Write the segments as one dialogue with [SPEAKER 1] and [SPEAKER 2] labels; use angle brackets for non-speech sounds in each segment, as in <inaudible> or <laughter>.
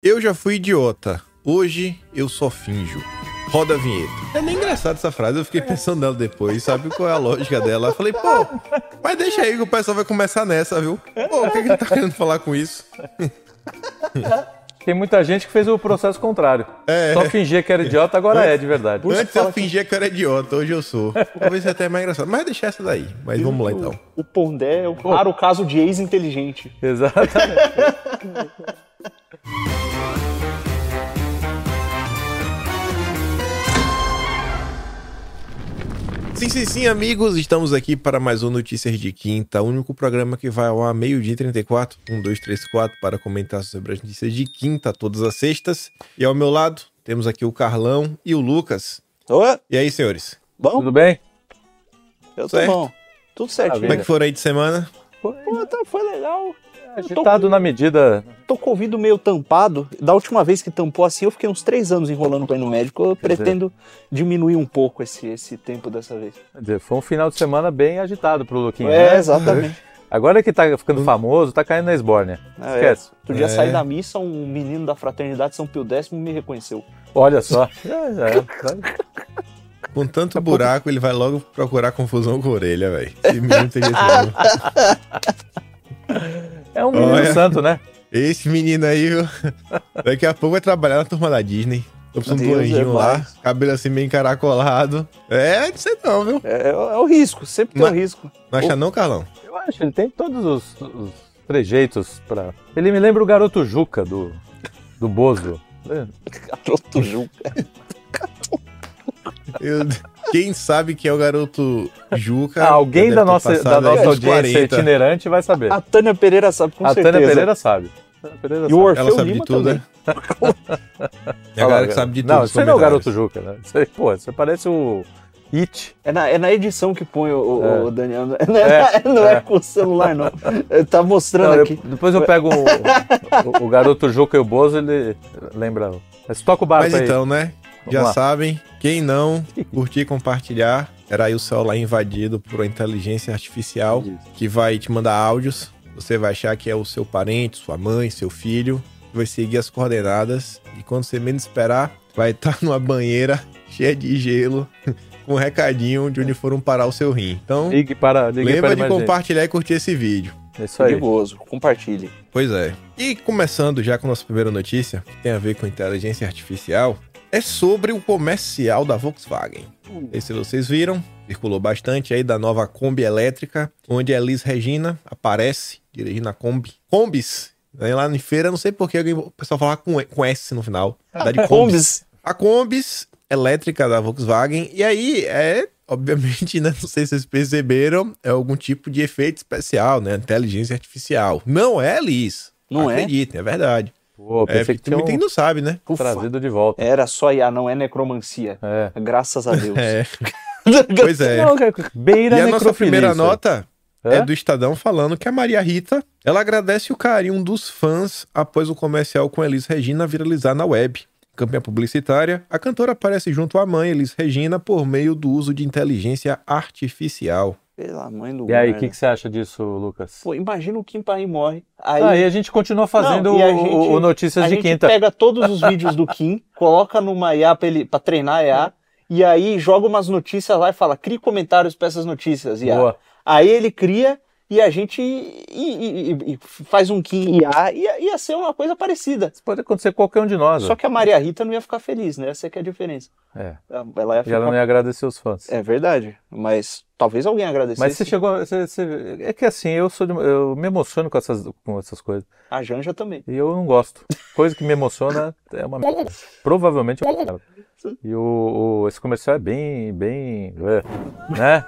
[SPEAKER 1] Eu já fui idiota. Hoje eu só finjo. Roda a vinheta. É nem engraçado essa frase, eu fiquei pensando nela depois, sabe qual é a lógica dela? Eu falei, pô, mas deixa aí que o pessoal vai começar nessa, viu? Pô, o que, que ele tá querendo falar com isso?
[SPEAKER 2] Tem muita gente que fez o processo contrário.
[SPEAKER 1] É.
[SPEAKER 2] Só fingia que era idiota, agora é, de verdade.
[SPEAKER 1] Antes eu fingia que eu era idiota, hoje eu sou. Talvez seja até mais engraçado. Mas deixa essa daí. Mas vamos lá então.
[SPEAKER 3] O Pondé é o raro caso de ex-inteligente.
[SPEAKER 2] Exatamente.
[SPEAKER 1] Sim, sim, sim, amigos, estamos aqui para mais um Notícias de Quinta, o único programa que vai ao ar meio-dia e um, 34, 1, 2, 3, 4, para comentar sobre as notícias de quinta todas as sextas. E ao meu lado temos aqui o Carlão e o Lucas.
[SPEAKER 3] Ô,
[SPEAKER 1] E aí, senhores,
[SPEAKER 3] bom?
[SPEAKER 2] Tudo bem?
[SPEAKER 3] Eu tô
[SPEAKER 1] Certo.
[SPEAKER 3] bom. Tudo
[SPEAKER 1] como é
[SPEAKER 3] certinho.
[SPEAKER 1] que foram aí de semana?
[SPEAKER 3] Pô, tá, foi legal.
[SPEAKER 2] Agitado na medida.
[SPEAKER 3] Tô com o ouvido meio tampado. Da última vez que tampou assim, eu fiquei uns três anos enrolando pra ir no médico. Eu
[SPEAKER 2] dizer-
[SPEAKER 3] pretendo diminuir um pouco esse, esse tempo dessa vez.
[SPEAKER 2] quer dizer, Foi um final de semana bem agitado pro Luquinho.
[SPEAKER 3] É,
[SPEAKER 2] né?
[SPEAKER 3] exatamente.
[SPEAKER 2] Agora que tá ficando famoso, tá caindo na esbórnia.
[SPEAKER 3] Ah, é.
[SPEAKER 2] Esquece.
[SPEAKER 3] Outro dia
[SPEAKER 1] É.
[SPEAKER 3] saí da missa, um menino da fraternidade São Pio X me reconheceu.
[SPEAKER 2] Olha só. É, é, sabe?
[SPEAKER 1] Com tanto buraco, ele vai logo procurar confusão com a orelha, velho. Esse menino tem jeito nenhum.
[SPEAKER 2] É um menino
[SPEAKER 1] Olha.
[SPEAKER 2] santo, né?
[SPEAKER 1] Esse menino aí, viu? Daqui a pouco vai trabalhar na turma da Disney. Tô precisando do
[SPEAKER 3] Deus é
[SPEAKER 1] anjinho lá,
[SPEAKER 3] mais.
[SPEAKER 1] cabelo assim meio encaracolado. É, não sei não, viu?
[SPEAKER 3] É, é o risco, sempre tem o
[SPEAKER 1] Mas-
[SPEAKER 3] risco. <laughs>
[SPEAKER 1] Não acha não, Carlão?
[SPEAKER 2] Eu acho, ele tem todos os, os trejeitos pra. Ele me lembra o garoto Juca do, do Bozo. É,
[SPEAKER 3] Garoto Juca.
[SPEAKER 1] Eu- Quem sabe que é o garoto Juca?
[SPEAKER 2] Ah, alguém
[SPEAKER 1] já
[SPEAKER 2] da
[SPEAKER 1] Tá. deve ter
[SPEAKER 2] nossa, da
[SPEAKER 1] passado aí
[SPEAKER 2] nossa
[SPEAKER 1] dos
[SPEAKER 2] audiência
[SPEAKER 1] 40.
[SPEAKER 2] itinerante vai saber.
[SPEAKER 3] A Tânia Pereira sabe, Ah, com
[SPEAKER 2] a
[SPEAKER 3] certeza.
[SPEAKER 2] Tânia Pereira sabe. A Tânia Pereira
[SPEAKER 3] E o
[SPEAKER 2] sabe.
[SPEAKER 1] Ela
[SPEAKER 3] Orfeu
[SPEAKER 1] sabe
[SPEAKER 3] Lima
[SPEAKER 1] de tudo,
[SPEAKER 2] <laughs>
[SPEAKER 3] também.
[SPEAKER 1] né? É a galera que sabe de tudo.
[SPEAKER 2] Não,
[SPEAKER 1] os
[SPEAKER 2] isso aí não é o
[SPEAKER 1] comentários.
[SPEAKER 2] garoto Juca, né? Isso aí, pô, isso aí parece o It.
[SPEAKER 3] É na, é na edição que põe o, o-
[SPEAKER 2] É.
[SPEAKER 3] o Daniel. Não é, <laughs> não é com o celular, não. É, Tá mostrando
[SPEAKER 2] Não, eu-
[SPEAKER 3] aqui.
[SPEAKER 2] depois eu pego um- <laughs> o, o- o garoto Juca e o Bozo, ele lembra. Mas toca o barco
[SPEAKER 1] Mas
[SPEAKER 2] aí.
[SPEAKER 1] então, né?
[SPEAKER 2] Vamos
[SPEAKER 1] Já
[SPEAKER 2] lá.
[SPEAKER 1] sabem, quem
[SPEAKER 2] <laughs>
[SPEAKER 1] não curtir e compartilhar, era aí o celular invadido por uma inteligência artificial
[SPEAKER 2] Isso.
[SPEAKER 1] que vai te mandar áudios. Você vai achar que é o seu parente, sua mãe, seu filho. Vai seguir as coordenadas e quando você menos esperar, vai estar <laughs> numa banheira cheia de gelo <laughs> com um recadinho de onde foram parar o seu rim. Então,
[SPEAKER 2] Ligue para. Ligue
[SPEAKER 1] lembra
[SPEAKER 2] para
[SPEAKER 1] de
[SPEAKER 2] emergência.
[SPEAKER 1] compartilhar e curtir esse vídeo.
[SPEAKER 2] Isso aí.
[SPEAKER 3] Perigoso. Compartilhe.
[SPEAKER 1] Pois é. E começando já com a nossa primeira notícia, que tem a ver com inteligência artificial, é sobre o comercial da Volkswagen. Não sei se vocês viram, circulou bastante aí da nova Kombi elétrica, onde a Liz Regina aparece dirigindo a Kombi. Kombis! Aí Lá em feira, não sei por que alguém- o pessoal fala com, com S no final. Dá
[SPEAKER 3] <laughs>
[SPEAKER 1] de Kombis.
[SPEAKER 3] Combis.
[SPEAKER 1] A Kombis elétrica da Volkswagen. E aí, é, obviamente, né, não sei se vocês perceberam, é algum tipo de efeito especial, né? Inteligência artificial. Não é, Liz.
[SPEAKER 3] Não é?
[SPEAKER 1] Acreditem, é verdade.
[SPEAKER 2] Pô,
[SPEAKER 1] É,
[SPEAKER 2] pensei
[SPEAKER 1] porque
[SPEAKER 2] que tinha
[SPEAKER 1] também quem
[SPEAKER 2] um
[SPEAKER 1] não sabe, né?
[SPEAKER 3] Ufa.
[SPEAKER 2] trazido de volta.
[SPEAKER 3] Era só IA, não é necromancia.
[SPEAKER 2] É.
[SPEAKER 3] Graças
[SPEAKER 2] <laughs>
[SPEAKER 3] a Deus.
[SPEAKER 1] É, pois é.
[SPEAKER 2] Não, cara,
[SPEAKER 1] E
[SPEAKER 2] beira
[SPEAKER 1] a nossa
[SPEAKER 2] necrofilia
[SPEAKER 1] primeira
[SPEAKER 2] isso aí.
[SPEAKER 1] nota
[SPEAKER 2] Hã?
[SPEAKER 1] é do Estadão falando que a Maria Rita, ela agradece o carinho dos fãs após o comercial com Elis Regina viralizar na web. Em Campanha publicitária, a cantora aparece junto à mãe Elis Regina por meio do uso de inteligência artificial.
[SPEAKER 3] <laughs> Pela mãe do
[SPEAKER 2] E aí, o
[SPEAKER 3] mar,
[SPEAKER 2] que,
[SPEAKER 3] né?
[SPEAKER 2] que você acha disso, Lucas?
[SPEAKER 3] Pô, imagina o Kim Paim morre. Aí,
[SPEAKER 2] Aí a gente continua fazendo
[SPEAKER 3] Não, e a
[SPEAKER 2] o-
[SPEAKER 3] gente-
[SPEAKER 2] o, o Notícias
[SPEAKER 3] a
[SPEAKER 2] de
[SPEAKER 3] gente
[SPEAKER 2] Quinta.
[SPEAKER 3] pega todos os vídeos
[SPEAKER 2] <laughs>
[SPEAKER 3] do Kim, coloca numa IA pra, ele, pra treinar a IA, e aí joga umas notícias lá e fala, crie comentários pra essas notícias, IA.
[SPEAKER 2] Boa.
[SPEAKER 3] Aí ele cria e a gente e- e- e- e faz um Kim IA, ia, ia ser uma coisa parecida.
[SPEAKER 2] Isso pode acontecer com qualquer um de nós.
[SPEAKER 3] Só
[SPEAKER 2] Só
[SPEAKER 3] que a Maria Rita não ia ficar feliz, né? Essa é que é a diferença.
[SPEAKER 2] É.
[SPEAKER 3] Ela ia
[SPEAKER 2] E ela
[SPEAKER 3] ficar...
[SPEAKER 2] não ia agradecer os fãs.
[SPEAKER 3] É verdade, mas talvez alguém agradecesse.
[SPEAKER 2] Mas você chegou. você- você- É que assim, eu sou de- eu me emociono com essas, com essas coisas.
[SPEAKER 3] A Janja também.
[SPEAKER 2] E eu não gosto. Coisa que me emociona é uma merda. Provavelmente é uma merda. E o, o- esse comercial é bem. bem. é, né?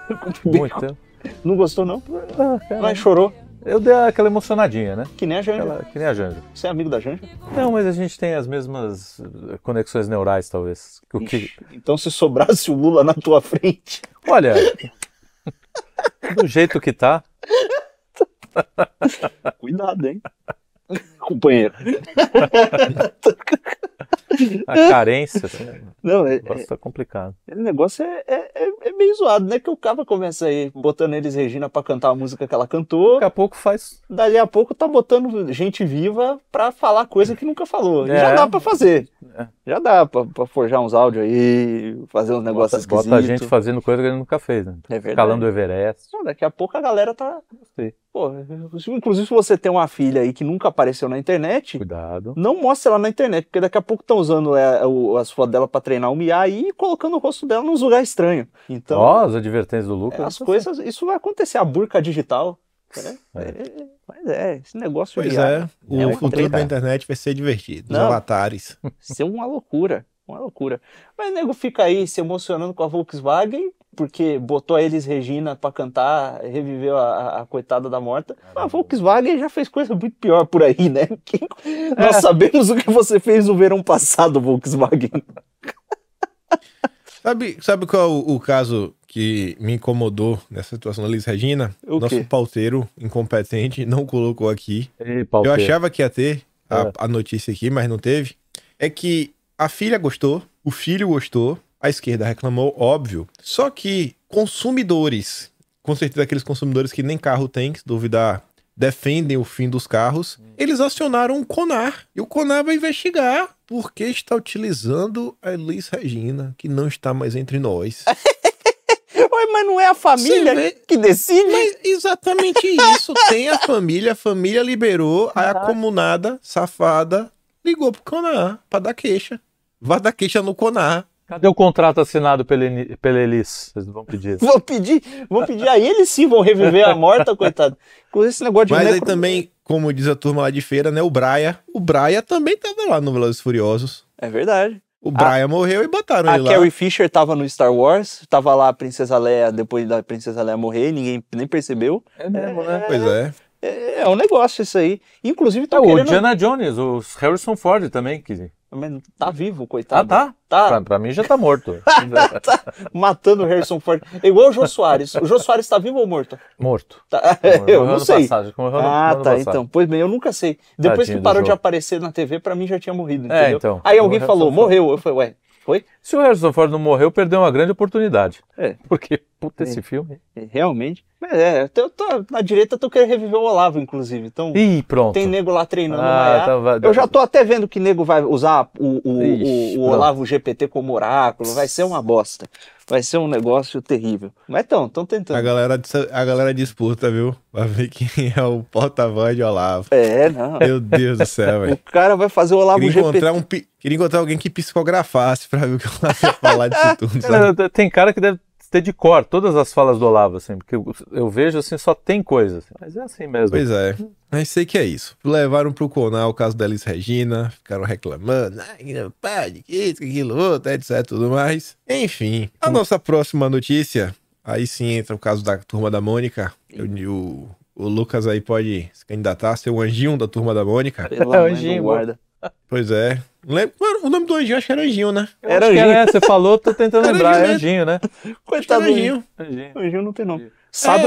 [SPEAKER 2] Muito.
[SPEAKER 3] Não gostou, não?
[SPEAKER 2] Ah, cara,
[SPEAKER 3] Mas chorou,
[SPEAKER 2] Eu dei aquela emocionadinha, né?
[SPEAKER 3] que nem a Janja.
[SPEAKER 2] Aquela, que nem a Janja.
[SPEAKER 3] Você é amigo da Janja?
[SPEAKER 2] Não, mas a gente tem as mesmas eh, conexões neurais, talvez. O que,
[SPEAKER 3] Ixi, Então se sobrasse o Lula na tua
[SPEAKER 2] <laughs>
[SPEAKER 3] frente,
[SPEAKER 2] olha, do jeito que tá,
[SPEAKER 3] cuidado, hein? Companheiro.
[SPEAKER 2] a carência, assim,
[SPEAKER 3] Não, é,
[SPEAKER 2] né? o negócio tá complicado.
[SPEAKER 3] é- o negócio é, é- é é meio zoado, né? Que o cara começa aí botando eles Regina pra cantar a música que ela cantou.
[SPEAKER 2] Daqui a pouco faz.
[SPEAKER 3] Dali a pouco tá botando gente viva pra falar coisa que nunca falou. E
[SPEAKER 2] É.
[SPEAKER 3] já dá pra fazer.
[SPEAKER 2] É.
[SPEAKER 3] Já dá pra, pra forjar uns áudios aí, fazer uns negócios
[SPEAKER 2] Bota,
[SPEAKER 3] esquisitos.
[SPEAKER 2] bota a gente fazendo coisa que ele nunca fez, né?
[SPEAKER 3] É verdade.
[SPEAKER 2] Escalando o Everest.
[SPEAKER 3] Não, daqui a pouco a galera tá.
[SPEAKER 2] Sei.
[SPEAKER 3] Pô, se- inclusive se você tem uma filha aí que nunca apareceu na internet,
[SPEAKER 2] Cuidado.
[SPEAKER 3] não mostra ela na internet, porque daqui a pouco estão usando é, o- as fotos dela pra treinar o Mia e colocando o rosto dela num lugar estranho. Então,
[SPEAKER 2] Ó, as advertências do Lucas.
[SPEAKER 3] é, as coisas. Isso vai acontecer, a burca digital. né?
[SPEAKER 2] É.
[SPEAKER 3] É, mas é, esse negócio
[SPEAKER 1] Pois
[SPEAKER 3] de
[SPEAKER 1] é, o
[SPEAKER 3] É uma
[SPEAKER 1] futuro
[SPEAKER 3] treta.
[SPEAKER 1] da internet vai ser divertido. Os
[SPEAKER 3] Não.
[SPEAKER 1] avatares.
[SPEAKER 3] ser é uma loucura. Uma loucura. Mas o nego fica aí se emocionando com a Volkswagen, porque botou a Elis Regina pra cantar, reviveu a, a- a coitada da morta.
[SPEAKER 1] Uhum.
[SPEAKER 3] Mas a Volkswagen já fez coisa muito pior por aí, né? Quem-
[SPEAKER 1] É.
[SPEAKER 3] Nós sabemos o que você fez no verão passado, Volkswagen.
[SPEAKER 1] Sabe, sabe qual é o, o caso que me incomodou nessa situação da Liz Regina?
[SPEAKER 3] O
[SPEAKER 1] Nosso
[SPEAKER 3] quê?
[SPEAKER 1] pauteiro incompetente não colocou aqui.
[SPEAKER 2] Ei, Paulo,
[SPEAKER 1] Eu achava que ia ter a,
[SPEAKER 2] É.
[SPEAKER 1] a notícia aqui, mas não teve. É que a filha gostou, o filho gostou, a esquerda reclamou, óbvio. Só que consumidores, com certeza aqueles consumidores que nem carro tem, se duvidar, defendem o fim dos carros, eles acionaram o CONAR. E o CONAR vai investigar por que está utilizando a Elis Regina, que não está mais entre nós.
[SPEAKER 3] Ué, mas não é a família
[SPEAKER 1] Você vê-
[SPEAKER 3] que decide?
[SPEAKER 1] Mas exatamente isso. Tem a família, a família liberou, aí a comunada, safada, ligou pro Conar pra dar queixa. Vá dar queixa no Conar.
[SPEAKER 2] Cadê o contrato assinado pela, Eni- pela Elis? Vocês vão pedir.
[SPEAKER 3] Vou pedir, vou pedir a eles sim, vão reviver a morta, coitado. Com esse negócio de
[SPEAKER 1] Mas aí
[SPEAKER 3] necro-
[SPEAKER 1] também, como diz a turma lá de feira, né? O Braia. O Braia também tava lá no Velozes e Furiosos.
[SPEAKER 3] É verdade.
[SPEAKER 1] O Braia morreu e botaram
[SPEAKER 3] A
[SPEAKER 1] ele lá.
[SPEAKER 3] Carrie Fisher tava no Star Wars, tava lá a Princesa Leia depois da Princesa Leia morrer, ninguém nem percebeu.
[SPEAKER 2] É mesmo, né?
[SPEAKER 1] Pois é.
[SPEAKER 3] É, é um negócio isso aí. Inclusive,
[SPEAKER 2] É,
[SPEAKER 3] tá
[SPEAKER 2] o
[SPEAKER 3] querendo...
[SPEAKER 2] Diana Jones, o Harrison Ford também. Que...
[SPEAKER 3] Mas tá vivo,
[SPEAKER 2] Ah,
[SPEAKER 3] coitado.
[SPEAKER 2] tá.
[SPEAKER 3] Tá É,
[SPEAKER 2] Pra, pra mim já tá
[SPEAKER 3] <laughs>
[SPEAKER 2] morto.
[SPEAKER 3] matando o Harrison Ford. É igual o Jô Soares. O Jô Soares tá vivo ou morto?
[SPEAKER 2] morto.
[SPEAKER 3] Tá, <laughs>
[SPEAKER 2] Morreu
[SPEAKER 3] Eu
[SPEAKER 2] ano
[SPEAKER 3] não sei.
[SPEAKER 2] Passado, morreu ano-
[SPEAKER 3] Ah,
[SPEAKER 2] ano
[SPEAKER 3] tá,
[SPEAKER 2] passado.
[SPEAKER 3] então. Pois bem, eu nunca sei. Depois
[SPEAKER 2] Tadinho
[SPEAKER 3] que
[SPEAKER 2] do
[SPEAKER 3] parou de
[SPEAKER 2] Jô.
[SPEAKER 3] aparecer na TV, pra mim já tinha morrido,
[SPEAKER 2] É,
[SPEAKER 3] entendeu?
[SPEAKER 2] então.
[SPEAKER 3] Aí alguém
[SPEAKER 2] Morreu
[SPEAKER 3] falou,
[SPEAKER 2] só-
[SPEAKER 3] morreu. Eu falei, ué, foi?
[SPEAKER 2] Se o Harrison Ford não morreu, perdeu uma grande oportunidade. <laughs>
[SPEAKER 3] É.
[SPEAKER 2] Porque, puta, esse filme.
[SPEAKER 3] É, Realmente. Mas é, eu tô- na direita tô querendo reviver o Olavo, inclusive. Então,
[SPEAKER 2] Ih, pronto.
[SPEAKER 3] tem nego lá treinando o
[SPEAKER 2] ah,
[SPEAKER 3] Maiá.
[SPEAKER 2] tá, vai-
[SPEAKER 3] Eu já tô até vendo que nego vai usar o, o- o-
[SPEAKER 2] Ixi,
[SPEAKER 3] o
[SPEAKER 2] pronto.
[SPEAKER 3] Olavo GPT como oráculo. Vai ser uma bosta. Vai ser um negócio terrível. Mas então, estão
[SPEAKER 1] A
[SPEAKER 3] tentando.
[SPEAKER 1] galera, dis- a galera disputa, viu? Vai ver quem é o porta-voz de Olavo.
[SPEAKER 3] É, não.
[SPEAKER 1] Meu Deus do céu, velho.
[SPEAKER 3] O cara vai fazer o Olavo
[SPEAKER 1] Queria
[SPEAKER 3] GPT.
[SPEAKER 1] encontrar, um, pi- queria encontrar alguém que psicografasse pra ver o que o Olavo ia falar disso
[SPEAKER 2] <laughs>
[SPEAKER 1] tudo, sabe?
[SPEAKER 2] Cara, Tem cara que deve ter de cor todas as falas do Olavo, assim, porque eu, eu vejo assim, só tem coisa. assim. Mas é assim mesmo.
[SPEAKER 1] Pois é. Mas sei que é isso. Levaram pro Conar o caso da Elis Regina, ficaram reclamando, ah, que não pode, que isso, que aquilo, outro, etc, tudo mais. Enfim, a nossa próxima notícia, aí sim entra o caso da Turma da Mônica, onde o, o Lucas aí pode se candidatar a ser o anjinho da Turma da Mônica.
[SPEAKER 3] Pela mãe do
[SPEAKER 2] Anjinho.
[SPEAKER 3] guarda.
[SPEAKER 1] Pois é. Não lembro- mano, o nome do anjinho, acho que era anjinho, né?
[SPEAKER 2] Eu acho
[SPEAKER 3] Era
[SPEAKER 2] que
[SPEAKER 3] Anjinho.
[SPEAKER 2] é, você falou, tô tentando
[SPEAKER 1] Era
[SPEAKER 2] lembrar.
[SPEAKER 1] Anjinho,
[SPEAKER 2] É Anjinho, né?
[SPEAKER 1] Acho que era
[SPEAKER 3] Coitado do Anjinho.
[SPEAKER 1] anjinho.
[SPEAKER 2] Anjinho.
[SPEAKER 3] Anjinho não tem nome. Tá Sabe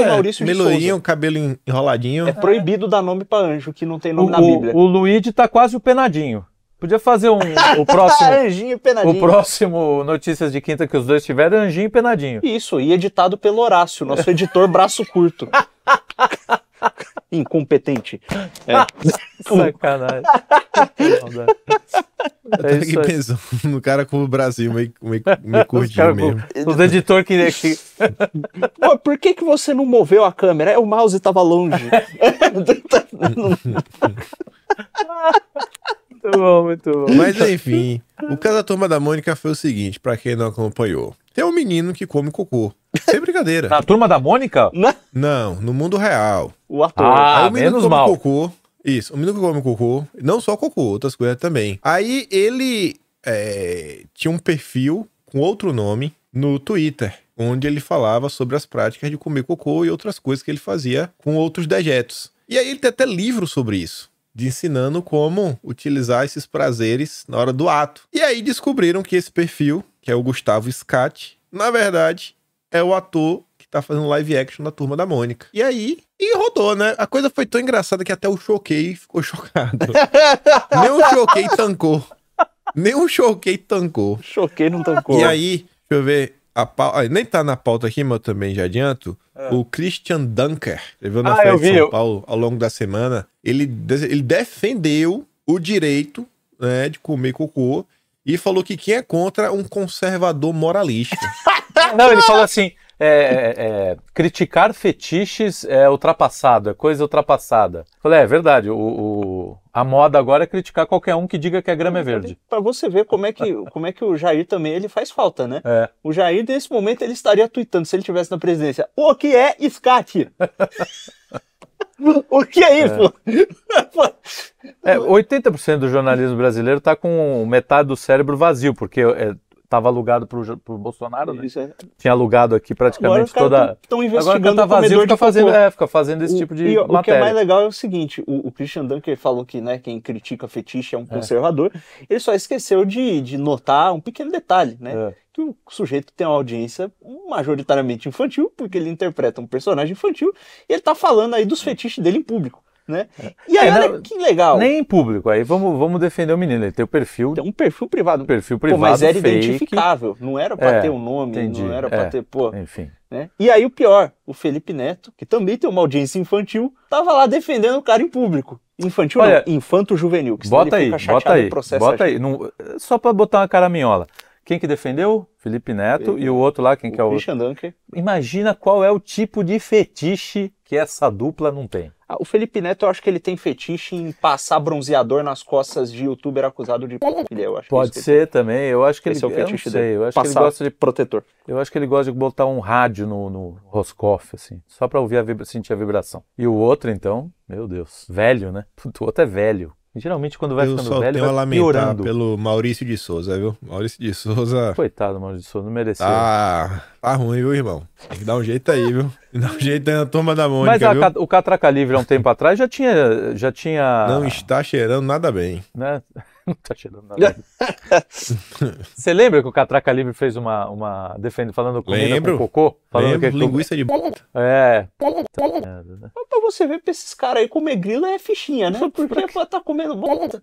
[SPEAKER 1] É,
[SPEAKER 3] o Maurício de Souza.
[SPEAKER 1] Meloinho, cabelo en- enroladinho.
[SPEAKER 3] É proibido dar nome pra anjo que não tem
[SPEAKER 2] O,
[SPEAKER 3] nome na Bíblia.
[SPEAKER 2] o, o Luigi tá quase o penadinho. Podia fazer um, o
[SPEAKER 3] Ah,
[SPEAKER 2] próximo.
[SPEAKER 3] Anjinho e Penadinho.
[SPEAKER 2] O próximo Notícias de Quinta que os dois tiveram é Anjinho e Penadinho.
[SPEAKER 3] Isso, e editado pelo Horácio, nosso editor braço
[SPEAKER 2] <laughs>
[SPEAKER 3] curto. Incompetente. É.
[SPEAKER 2] Sacanagem. <laughs>
[SPEAKER 1] Eu tô
[SPEAKER 2] É
[SPEAKER 1] aqui
[SPEAKER 2] isso aí.
[SPEAKER 1] pensando <laughs> no cara com o Brasil, meio, meio, meio
[SPEAKER 2] <laughs> Os,
[SPEAKER 1] curtinho mesmo.
[SPEAKER 2] os editores que, que
[SPEAKER 3] Pô, por que, que você não moveu a câmera? É, O mouse tava
[SPEAKER 2] <laughs>
[SPEAKER 3] longe.
[SPEAKER 2] Muito bom, muito
[SPEAKER 1] <laughs>
[SPEAKER 2] bom.
[SPEAKER 1] Mas enfim, o caso da turma da Mônica foi o seguinte, pra quem não acompanhou. Tem um menino que come cocô. Sem brincadeira.
[SPEAKER 2] Na turma da Mônica?
[SPEAKER 1] Não, no mundo real.
[SPEAKER 3] né? o ator.
[SPEAKER 2] Ah,
[SPEAKER 1] Aí o menino
[SPEAKER 2] menos
[SPEAKER 1] come
[SPEAKER 2] mal.
[SPEAKER 1] cocô. Isso, o menino que come cocô, não só cocô, outras coisas também. Aí ele é, tinha um perfil com outro nome no Twitter, onde ele falava sobre as práticas de comer cocô e outras coisas que ele fazia com outros dejetos. E aí ele tem até livro sobre isso. De ensinando como utilizar esses prazeres na hora do ato. E aí descobriram que esse perfil, que é o Gustavo Scatti, na verdade, é o ator que tá fazendo live action da Turma da Mônica. E aí, e rodou, né? A coisa foi tão engraçada que até o Choquei ficou <laughs> chocado. Nem o Choquei tancou. Nem o Choquei tancou.
[SPEAKER 3] Choquei, não tancou.
[SPEAKER 1] E aí, deixa eu ver, a pau- ah, nem tá na pauta aqui, mas eu também já adianto.
[SPEAKER 3] É.
[SPEAKER 1] O Christian Dunker, ele viu na
[SPEAKER 3] Ah,
[SPEAKER 1] Folha
[SPEAKER 3] eu
[SPEAKER 1] de
[SPEAKER 3] vi,
[SPEAKER 1] São
[SPEAKER 3] eu-
[SPEAKER 1] Paulo ao longo da semana, ele, de- ele defendeu o direito né, de comer cocô e falou que quem é contra é um conservador moralista.
[SPEAKER 2] Não, ele falou assim: é, é, é, criticar fetiches é ultrapassado, é coisa ultrapassada. Eu falei, é verdade, o, o- a moda agora é criticar qualquer um que diga que a grama é verde.
[SPEAKER 3] Pra você ver como é que, como é que o Jair também ele faz falta, né?
[SPEAKER 2] É.
[SPEAKER 3] O Jair, nesse momento, ele estaria tweetando se ele tivesse na presidência. O que é SCAT? <laughs> o que é isso?
[SPEAKER 2] É, 80% do jornalismo brasileiro tá com metade do cérebro vazio, porque é, tava alugado pro, Jo- pro Bolsonaro, né?
[SPEAKER 3] Isso é-
[SPEAKER 2] Tinha alugado aqui
[SPEAKER 3] Agora os
[SPEAKER 2] praticamente
[SPEAKER 3] caras
[SPEAKER 2] toda.
[SPEAKER 3] estão
[SPEAKER 2] Agora
[SPEAKER 3] investigando
[SPEAKER 2] quando tá
[SPEAKER 3] o comedor
[SPEAKER 2] vazio, fica
[SPEAKER 3] de cocô.
[SPEAKER 2] fazendo, é, fica fazendo esse tipo de
[SPEAKER 3] e, ó, O que é
[SPEAKER 2] matéria.
[SPEAKER 3] mais legal é o seguinte: o, o Christian Dunker falou que né, quem critica fetiche é um conservador. Ele só esqueceu de, de notar um pequeno detalhe, né?
[SPEAKER 2] É.
[SPEAKER 3] Que o sujeito tem uma audiência majoritariamente infantil, porque ele interpreta um personagem infantil, e ele tá falando aí dos fetiches dele em público, né? E aí,
[SPEAKER 2] É,
[SPEAKER 3] olha
[SPEAKER 2] não-
[SPEAKER 3] que legal.
[SPEAKER 2] Nem em público, aí vamos, vamos defender o menino. Ele tem o perfil,
[SPEAKER 3] Tem um perfil privado.
[SPEAKER 2] perfil
[SPEAKER 3] Pô,
[SPEAKER 2] privado.
[SPEAKER 3] mas era
[SPEAKER 2] fake,
[SPEAKER 3] identificável, não era pra
[SPEAKER 2] É,
[SPEAKER 3] ter o nome,
[SPEAKER 2] entendi,
[SPEAKER 3] não era pra
[SPEAKER 2] é.
[SPEAKER 3] ter, pô,
[SPEAKER 2] Enfim.
[SPEAKER 3] né? E aí o pior, o Felipe Neto, que também tem uma audiência infantil, tava lá defendendo o cara em público. Infantil
[SPEAKER 2] Olha,
[SPEAKER 3] não, infanto juvenil. Que senão
[SPEAKER 2] Bota
[SPEAKER 3] ele
[SPEAKER 2] aí,
[SPEAKER 3] fica
[SPEAKER 2] bota
[SPEAKER 3] chateado e
[SPEAKER 2] aí,
[SPEAKER 3] processa a
[SPEAKER 2] bota
[SPEAKER 3] gente.
[SPEAKER 2] aí. Não- só pra botar uma caraminhola. Quem que defendeu? Felipe Neto
[SPEAKER 3] Felipe
[SPEAKER 2] e o outro lá, quem que é
[SPEAKER 3] o
[SPEAKER 2] o outro?
[SPEAKER 3] Christian Dunker.
[SPEAKER 2] Imagina qual é o tipo de fetiche que essa dupla não tem.
[SPEAKER 3] Ah, o Felipe Neto, eu acho que ele tem fetiche em passar bronzeador nas costas de youtuber acusado de pedofilia. Eu acho
[SPEAKER 2] Pode
[SPEAKER 3] que isso
[SPEAKER 2] ser também. Eu acho que ele,
[SPEAKER 3] Esse é o
[SPEAKER 2] eu não
[SPEAKER 3] fetiche
[SPEAKER 2] sei,
[SPEAKER 3] dele.
[SPEAKER 2] eu acho que ele
[SPEAKER 3] Passar
[SPEAKER 2] gosta de,
[SPEAKER 3] protetor.
[SPEAKER 2] eu acho que ele gosta de botar um rádio no, no Roscoff assim, só pra ouvir a vibra- sentir a vibração. E o outro então, meu Deus, velho, né? Puta, O outro é velho. E, geralmente quando vai
[SPEAKER 1] Eu
[SPEAKER 2] ficando
[SPEAKER 1] só
[SPEAKER 2] velho
[SPEAKER 1] tenho a
[SPEAKER 2] vai
[SPEAKER 1] lamentar
[SPEAKER 2] piorando.
[SPEAKER 1] pelo Maurício de Souza, viu? Maurício de Souza
[SPEAKER 2] Coitado, Maurício de Souza, não mereceu.
[SPEAKER 1] tá, tá ruim, viu, irmão? Tem que dar um jeito aí, viu? Tem que dar um jeito aí na turma da Mônica,
[SPEAKER 2] Mas a
[SPEAKER 1] viu?
[SPEAKER 2] ca- o Catraca Livre há um tempo atrás já tinha. Já tinha
[SPEAKER 1] Não está cheirando nada bem.
[SPEAKER 2] né? <laughs> Não tá cheirando
[SPEAKER 1] <laughs>
[SPEAKER 2] nada. Você lembra que o Catraca Livre fez uma. uma defende, falando comida
[SPEAKER 1] Lembro.
[SPEAKER 2] com cocô? Falando
[SPEAKER 1] Lembro,
[SPEAKER 2] que
[SPEAKER 1] linguiça de b****.
[SPEAKER 2] É.
[SPEAKER 3] Mas pra você ver pra esses caras aí, comer grilo é fichinha, né? Porque pô, tá comendo bosta.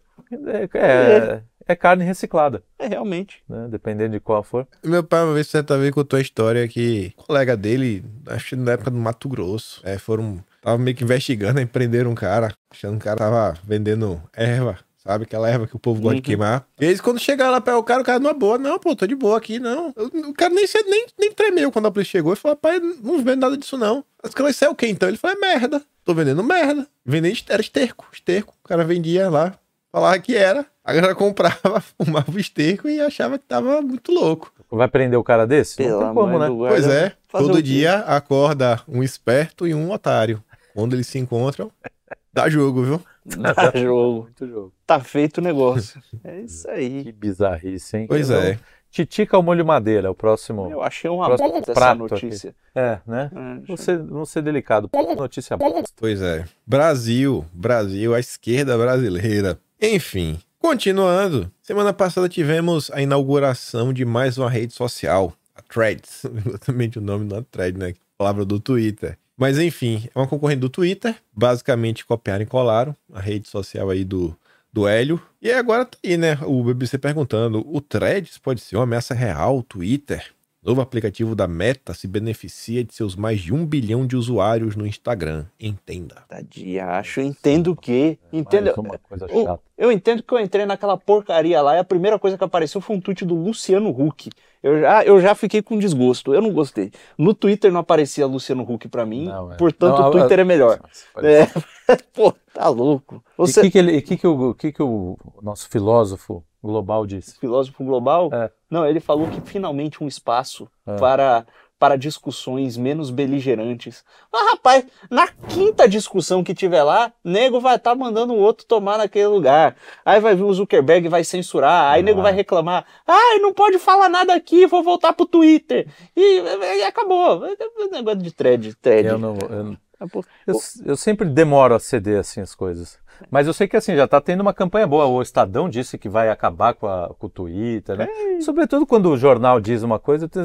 [SPEAKER 2] É, é, é carne reciclada,
[SPEAKER 3] É, realmente.
[SPEAKER 2] né? Dependendo de qual for.
[SPEAKER 1] Meu pai uma vez certa vez contou a história que um colega dele, acho que na época do Mato Grosso, é, foram. Tava meio que investigando e prenderam um cara, achando que o cara tava vendendo erva, sabe? Aquela erva que o povo gosta de
[SPEAKER 3] Uhum.
[SPEAKER 1] queimar. E eles, quando chegaram lá pra o cara, o cara numa boa, não, pô, tô de boa aqui, não. Eu- o cara nem, se- nem, nem tremeu quando a polícia chegou e falou, pai, não vendo nada disso, não. As caras, isso é o quê então? Ele falou, é merda, tô vendendo merda. Vendendo, est- era esterco, esterco. O cara vendia lá, falava que era. A galera comprava, <laughs> fumava o esterco e achava que tava muito louco.
[SPEAKER 2] Vai prender o cara desse? não tem como, né?
[SPEAKER 1] Pois
[SPEAKER 2] <laughs>
[SPEAKER 1] é,
[SPEAKER 3] fazer
[SPEAKER 1] todo
[SPEAKER 3] o quê?
[SPEAKER 1] dia acorda um esperto e um otário. Quando eles se encontram, dá jogo, viu?
[SPEAKER 3] Tá jogo.
[SPEAKER 2] Muito jogo.
[SPEAKER 3] Tá feito o negócio. É isso aí.
[SPEAKER 2] Que bizarrice, hein?
[SPEAKER 1] Pois é.
[SPEAKER 2] Titica ao molho madeira, é o próximo.
[SPEAKER 3] Eu achei uma
[SPEAKER 2] Próximo
[SPEAKER 3] bosta essa
[SPEAKER 2] prato aqui.
[SPEAKER 3] notícia.
[SPEAKER 2] É, né?
[SPEAKER 3] É,
[SPEAKER 2] Vamos ser, vamos ser delicado. Notícia boa.
[SPEAKER 1] Pois é. Brasil, Brasil, a esquerda brasileira. Enfim, continuando. Semana passada tivemos a inauguração de mais uma rede social, a Threads. <laughs> Exatamente o nome da Thread, né? Palavra do Twitter. Mas enfim, é uma concorrente do Twitter. Basicamente copiaram e colaram a rede social aí do, do Hélio. E agora tá aí, né? O BBC perguntando: o Threads pode ser uma ameaça real ao Twitter? Novo aplicativo da Meta se beneficia de seus mais de um bilhão de usuários no Instagram. Entenda.
[SPEAKER 3] Tá de acho, eu entendo o quê? Entendo.
[SPEAKER 2] Mais uma coisa
[SPEAKER 3] O-
[SPEAKER 2] chata.
[SPEAKER 3] Eu entendo que eu entrei naquela porcaria lá e a primeira coisa que apareceu foi um tweet do Luciano Huck. Eu já, eu já fiquei com desgosto, eu não gostei. No Twitter não aparecia Luciano Huck pra mim,
[SPEAKER 2] Não, é.
[SPEAKER 3] portanto
[SPEAKER 2] Não,
[SPEAKER 3] o Twitter é melhor.
[SPEAKER 2] Pode
[SPEAKER 3] É, <laughs> pô, tá louco.
[SPEAKER 2] E o
[SPEAKER 3] Você,
[SPEAKER 2] que, que, ele- e que, que, o, que que o nosso filósofo global disse?
[SPEAKER 3] filósofo global,
[SPEAKER 2] É.
[SPEAKER 3] não, ele falou que finalmente um espaço
[SPEAKER 2] É.
[SPEAKER 3] para, para discussões menos beligerantes. Mas, rapaz, na quinta discussão que tiver lá, nego vai estar mandando o outro tomar naquele lugar. Aí vai vir o Zuckerberg e vai censurar, aí
[SPEAKER 2] Ah.
[SPEAKER 3] nego vai reclamar. Ai, não pode falar nada aqui, vou voltar pro Twitter. E, e acabou. É um Negócio de thread, thread.
[SPEAKER 2] Eu, não, eu,
[SPEAKER 3] Acabou.
[SPEAKER 2] eu, eu sempre demoro a ceder assim as coisas. Mas eu sei que assim, já está tendo uma campanha boa. O Estadão disse que vai acabar com, a, com o Twitter, né?
[SPEAKER 3] É
[SPEAKER 2] Sobretudo quando o jornal diz uma coisa. te-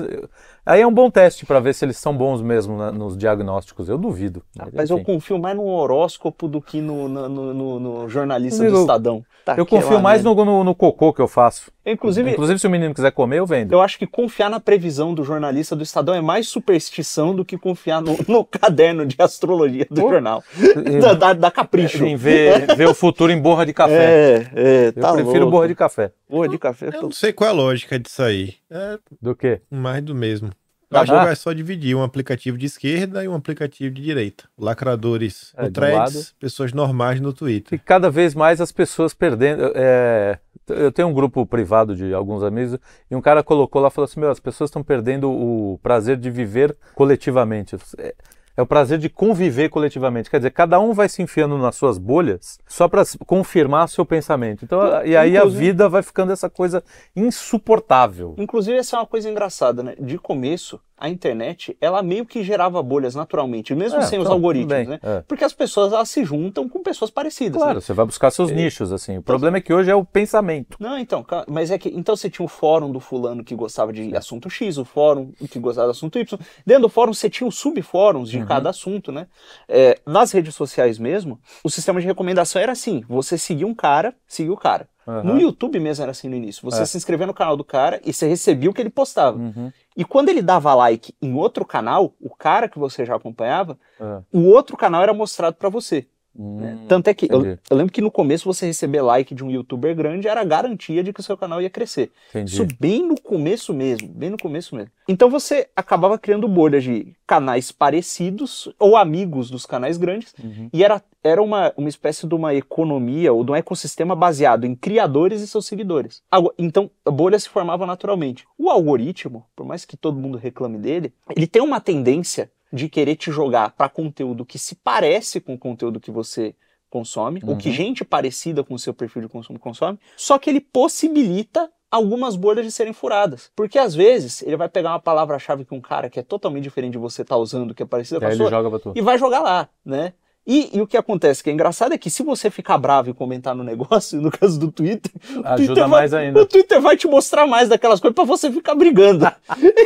[SPEAKER 2] Aí é um bom teste para ver se eles são bons mesmo né, nos diagnósticos. Eu duvido.
[SPEAKER 3] Ah, Mas eu
[SPEAKER 2] Enfim.
[SPEAKER 3] confio mais no horóscopo do que no, no, no- no- no jornalista
[SPEAKER 2] Amigo,
[SPEAKER 3] do Estadão. Tá
[SPEAKER 2] Eu
[SPEAKER 3] aqui, é
[SPEAKER 2] confio
[SPEAKER 3] uma
[SPEAKER 2] mais
[SPEAKER 3] merda.
[SPEAKER 2] no, no, no cocô que eu faço.
[SPEAKER 3] Inclusive,
[SPEAKER 2] se o menino quiser comer, eu vendo.
[SPEAKER 3] eu acho que confiar na previsão do jornalista do Estadão é mais superstição do que confiar no, no <laughs> caderno de astrologia do
[SPEAKER 2] Pô. é,
[SPEAKER 3] jornal. <laughs> Da, da- da capricho.
[SPEAKER 2] Em ver, ver o futuro em borra de café.
[SPEAKER 3] É, é,
[SPEAKER 2] eu
[SPEAKER 3] tá
[SPEAKER 2] prefiro
[SPEAKER 3] louco.
[SPEAKER 2] borra de café.
[SPEAKER 3] Borra de café.
[SPEAKER 1] Eu
[SPEAKER 3] tô-
[SPEAKER 1] não sei qual é a lógica disso aí. É
[SPEAKER 2] Do quê?
[SPEAKER 1] mais do mesmo. Eu
[SPEAKER 2] Ah.
[SPEAKER 1] acho que vai só dividir um aplicativo de esquerda e um aplicativo de direita. Lacradores
[SPEAKER 2] É, de
[SPEAKER 1] no
[SPEAKER 2] um
[SPEAKER 1] threads, pessoas normais no Twitter.
[SPEAKER 2] E cada vez mais as pessoas perdendo. é, eu tenho um grupo privado de alguns amigos e um cara colocou lá e falou assim: Meu, as pessoas estão perdendo o prazer de viver coletivamente. É, é o prazer de conviver coletivamente. Quer dizer, cada um vai se enfiando nas suas bolhas só para confirmar seu pensamento. Então, e aí a
[SPEAKER 3] Inclusive-
[SPEAKER 2] vida vai ficando essa coisa insuportável.
[SPEAKER 3] Inclusive, essa é uma coisa engraçada, né? De começo, a internet, ela meio que gerava bolhas naturalmente, mesmo
[SPEAKER 2] É,
[SPEAKER 3] sem os
[SPEAKER 2] então, tudo
[SPEAKER 3] algoritmos,
[SPEAKER 2] bem,
[SPEAKER 3] né?
[SPEAKER 2] é.
[SPEAKER 3] Porque as pessoas, elas se juntam com pessoas parecidas, né?
[SPEAKER 2] Claro, você vai buscar seus nichos, assim. O problema é que hoje é o pensamento.
[SPEAKER 3] Não, então, ca- mas é que então você tinha o fórum do fulano que gostava de assunto X, o fórum que gostava do assunto Y. Dentro do fórum você tinha os subfóruns
[SPEAKER 2] Uhum.
[SPEAKER 3] de cada assunto, né? É, nas redes sociais mesmo, o sistema de recomendação era assim: você seguia um cara, seguia o cara.
[SPEAKER 2] Aham.
[SPEAKER 3] No YouTube mesmo era assim no início. Você
[SPEAKER 2] É.
[SPEAKER 3] se inscrevia no canal do cara e você recebia o que ele postava.
[SPEAKER 2] Uhum.
[SPEAKER 3] E quando ele dava like em outro canal, o cara que você já acompanhava,
[SPEAKER 2] É.
[SPEAKER 3] o outro canal era mostrado pra você. né?
[SPEAKER 2] Hum.
[SPEAKER 3] Tanto é que eu,
[SPEAKER 2] entendi.
[SPEAKER 3] eu lembro que no começo você receber like de um youtuber grande era a garantia de que o seu canal ia crescer.
[SPEAKER 2] Entendi.
[SPEAKER 3] Isso bem no começo mesmo, bem no começo mesmo. Então você acabava criando bolhas de canais parecidos ou amigos dos canais grandes
[SPEAKER 2] Uhum.
[SPEAKER 3] e era, era uma, uma espécie de uma economia ou de um ecossistema baseado em criadores e seus seguidores. Ago- Então, a bolha se formava naturalmente. O algoritmo, por mais que todo mundo reclame dele, ele tem uma tendência de querer te jogar para conteúdo que se parece com o conteúdo que você consome, ou que
[SPEAKER 2] Uhum.
[SPEAKER 3] gente parecida com o seu perfil de consumo consome, só que ele possibilita algumas bolhas de serem furadas. Porque às vezes ele vai pegar uma palavra-chave que um cara que é totalmente diferente de você tá usando, que é parecida com
[SPEAKER 2] Daí
[SPEAKER 3] a
[SPEAKER 2] ele
[SPEAKER 3] sua,
[SPEAKER 2] joga pra tu.
[SPEAKER 3] e vai jogar lá, né? E, e o que acontece que é engraçado é que se você ficar bravo e comentar no negócio, <laughs> no caso do Twitter, o Twitter
[SPEAKER 2] Ajuda
[SPEAKER 3] vai-
[SPEAKER 2] mais ainda. <laughs>
[SPEAKER 3] o Twitter vai te mostrar mais daquelas coisas pra você ficar brigando. <laughs>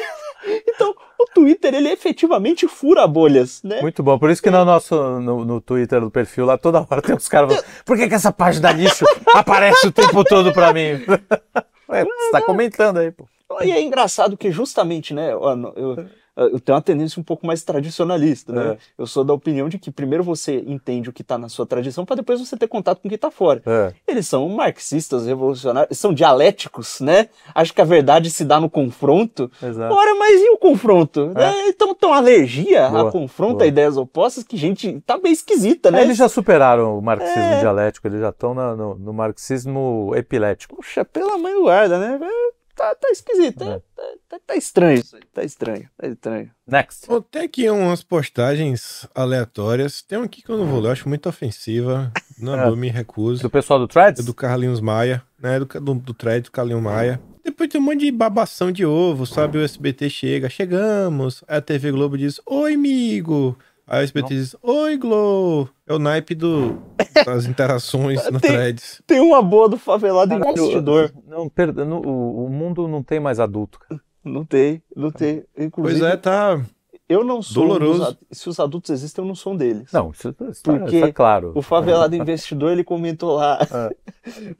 [SPEAKER 3] então, o Twitter ele efetivamente fura bolhas, né?
[SPEAKER 2] Muito bom. Por isso que no nosso no, no Twitter do perfil lá, toda hora tem uns caras falando, por que, que essa página nicho aparece o tempo todo pra mim? <laughs> Ué, você tá comentando aí, pô.
[SPEAKER 3] E é engraçado que justamente, né, ó, no- eu, eu tenho uma tendência um pouco mais tradicionalista, né?
[SPEAKER 2] É.
[SPEAKER 3] Eu sou da opinião de que primeiro você entende o que tá na sua tradição pra depois você ter contato com o que tá fora.
[SPEAKER 2] É.
[SPEAKER 3] Eles são marxistas, revolucionários, são dialéticos, né? Acho que a verdade se dá no confronto.
[SPEAKER 2] Exato.
[SPEAKER 3] Ora, mas e o confronto?
[SPEAKER 2] É.
[SPEAKER 3] né? Então, tão alergia
[SPEAKER 2] Boa,
[SPEAKER 3] a confronto,
[SPEAKER 2] boa.
[SPEAKER 3] a ideias opostas, que gente tá meio esquisita, né?
[SPEAKER 2] É, eles já superaram o marxismo
[SPEAKER 3] É.
[SPEAKER 2] dialético, eles já estão no, no marxismo epilético.
[SPEAKER 3] Puxa, pela mãe do guarda, né? É, Tá, tá esquisito,
[SPEAKER 2] É.
[SPEAKER 3] né? tá, tá- tá estranho isso aí, tá estranho, tá estranho.
[SPEAKER 2] Next.
[SPEAKER 1] Bom, tem aqui umas postagens aleatórias. Tem um aqui que eu não vou ler, eu acho muito
[SPEAKER 2] <laughs>
[SPEAKER 1] ofensiva. Não,
[SPEAKER 2] É.
[SPEAKER 1] eu me recuso.
[SPEAKER 2] Do pessoal do Threads?
[SPEAKER 1] É do Carlinhos Maia, né? Do, do, do thread do Carlinhos Maia. Depois tem um monte de babação de ovo, sabe? O SBT chega, chegamos. Aí a TV Globo diz, oi, amigo. Aí o SBT diz, oi, Globo. É o naipe do,
[SPEAKER 3] <laughs>
[SPEAKER 1] das interações no
[SPEAKER 3] Tem-
[SPEAKER 1] threads.
[SPEAKER 3] Tem uma boa do favelado
[SPEAKER 2] Caralho,
[SPEAKER 3] investidor.
[SPEAKER 2] Não, perda, no- o, o mundo não tem mais adulto, cara.
[SPEAKER 3] Não tem, não tem. Inclusive,
[SPEAKER 1] Pois é, tá.
[SPEAKER 3] eu não sou. um dos
[SPEAKER 1] Doloroso.
[SPEAKER 3] ad- se os adultos existem, eu não sou um deles.
[SPEAKER 2] Não, isso, isso, tá,
[SPEAKER 3] Por
[SPEAKER 2] isso
[SPEAKER 3] quê?
[SPEAKER 2] tá claro.
[SPEAKER 3] O <laughs> favelado investidor ele comentou lá. <laughs>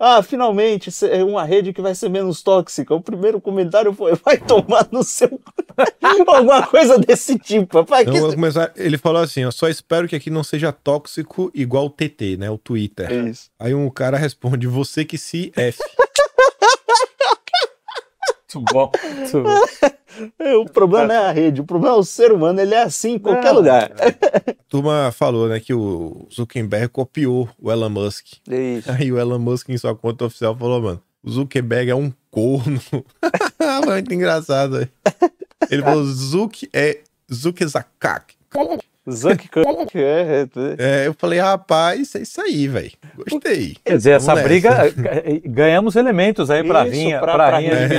[SPEAKER 3] Ah, finalmente cê- é uma rede que vai ser menos tóxica. O primeiro comentário foi: vai tomar no seu. cu." <laughs> Alguma coisa desse tipo. Rapaz,
[SPEAKER 1] Então,
[SPEAKER 3] que-
[SPEAKER 1] eu vou começar- Ele falou assim, eu só espero que aqui não seja tóxico igual o TT, né? O Twitter.
[SPEAKER 3] <laughs> É isso.
[SPEAKER 1] Aí um cara responde, você que se F.
[SPEAKER 2] Muito bom. <laughs> Muito bom.
[SPEAKER 3] É, O problema não é a rede, o problema é o ser humano, ele é assim em qualquer
[SPEAKER 2] Não.
[SPEAKER 3] lugar.
[SPEAKER 1] A turma falou, né, que o Zuckerberg copiou o Elon Musk.
[SPEAKER 3] É isso.
[SPEAKER 1] Aí o Elon Musk em sua conta oficial falou, mano, o Zuckerberg é um corno. <laughs> Muito engraçado. velho. Ele falou, Zuck é Zuckezakak.
[SPEAKER 3] <laughs> Zuck é, é,
[SPEAKER 1] É, eu falei, rapaz, é isso aí, velho. Gostei.
[SPEAKER 2] Quer dizer, essa
[SPEAKER 1] Vamos
[SPEAKER 2] briga.
[SPEAKER 1] nessa.
[SPEAKER 2] <laughs> eh, eh, Ganhamos elementos aí pra
[SPEAKER 3] Isso,
[SPEAKER 2] rinha, pra,
[SPEAKER 3] pra- pra
[SPEAKER 2] rinha de
[SPEAKER 1] rinha.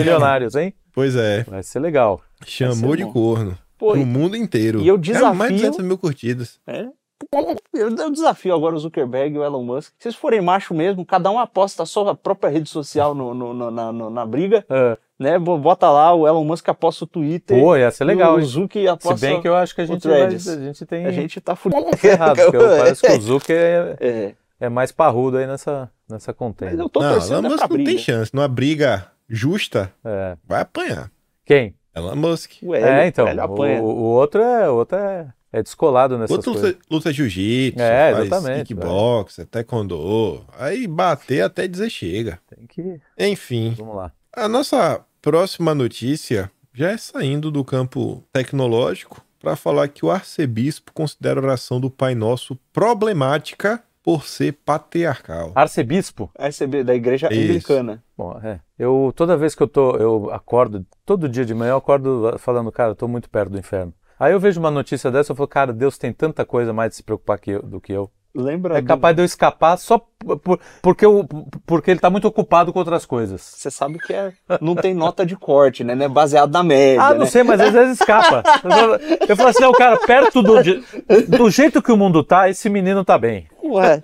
[SPEAKER 1] <laughs>
[SPEAKER 2] milionários, hein?
[SPEAKER 1] Pois é,
[SPEAKER 2] Vai ser legal.
[SPEAKER 1] chamou de
[SPEAKER 3] bom.
[SPEAKER 1] corno.
[SPEAKER 3] Pô,
[SPEAKER 1] No mundo inteiro.
[SPEAKER 3] um e eu
[SPEAKER 1] Cara, mais de
[SPEAKER 3] desafio-
[SPEAKER 1] 200 mil curtidas.
[SPEAKER 3] É. Eu eu desafio agora o Zuckerberg e o Elon Musk. Se vocês forem macho mesmo, cada um aposta a sua própria rede social no- no- no- na, no- na briga,
[SPEAKER 2] Ah,
[SPEAKER 3] né? Bo- Bota lá, o Elon Musk aposta o Twitter.
[SPEAKER 2] Pô, ia ser legal,
[SPEAKER 3] O
[SPEAKER 2] hein?
[SPEAKER 3] Zuki aposta...
[SPEAKER 2] Se bem que eu acho que a gente,
[SPEAKER 3] o
[SPEAKER 2] vai- a
[SPEAKER 3] Threads.
[SPEAKER 2] gente tem
[SPEAKER 3] A gente tá fudido.
[SPEAKER 2] <laughs> errado, porque
[SPEAKER 3] <laughs>
[SPEAKER 2] eu- parece que o Zuck é,
[SPEAKER 3] É,
[SPEAKER 2] é mais parrudo aí nessa, nessa
[SPEAKER 3] mas
[SPEAKER 2] contenda.
[SPEAKER 3] eu tô
[SPEAKER 1] não,
[SPEAKER 3] torcendo
[SPEAKER 1] Elon
[SPEAKER 3] é
[SPEAKER 1] Musk
[SPEAKER 3] pra
[SPEAKER 1] não tem
[SPEAKER 3] briga.
[SPEAKER 1] chance. Numa briga justa,
[SPEAKER 2] É.
[SPEAKER 1] vai apanhar.
[SPEAKER 2] Quem?
[SPEAKER 1] Elon Musk.
[SPEAKER 3] O Hélio,
[SPEAKER 2] é, então,
[SPEAKER 3] o Hélio
[SPEAKER 2] o,
[SPEAKER 3] apanha.
[SPEAKER 2] o outro, é, o outro é, é descolado nessas
[SPEAKER 1] Outro
[SPEAKER 2] coisas.
[SPEAKER 1] luta, luta jiu-jitsu,
[SPEAKER 2] É,
[SPEAKER 1] faz
[SPEAKER 2] exatamente,
[SPEAKER 1] kickbox,
[SPEAKER 3] é.
[SPEAKER 1] taekwondo. Aí bater até dizer chega.
[SPEAKER 2] Tem que...
[SPEAKER 1] Enfim,
[SPEAKER 2] Vamos lá.
[SPEAKER 1] a nossa próxima notícia já é saindo do campo tecnológico para falar que o arcebispo considera a oração do Pai Nosso problemática por ser patriarcal.
[SPEAKER 2] Arcebispo.
[SPEAKER 3] Arcebispo da igreja
[SPEAKER 1] Isso.
[SPEAKER 3] anglicana.
[SPEAKER 2] Bom, é. Eu toda vez que eu tô, eu acordo, todo dia de manhã eu acordo falando, cara, eu tô muito perto do inferno. Aí eu vejo uma notícia dessa, eu falo, cara, Deus tem tanta coisa mais de se preocupar que eu- do que eu.
[SPEAKER 3] Lembra?
[SPEAKER 2] É
[SPEAKER 3] do-
[SPEAKER 2] capaz de eu escapar só por- por- porque, eu, porque ele tá muito ocupado com outras coisas.
[SPEAKER 3] Você sabe que é... não tem nota de corte, né? né? Baseado na média,
[SPEAKER 2] Ah, não
[SPEAKER 3] né?
[SPEAKER 2] sei, mas às vezes escapa. Eu falo- Eu falo assim, não, cara, perto do, je- do jeito que o mundo tá, esse menino tá bem.
[SPEAKER 3] Ué,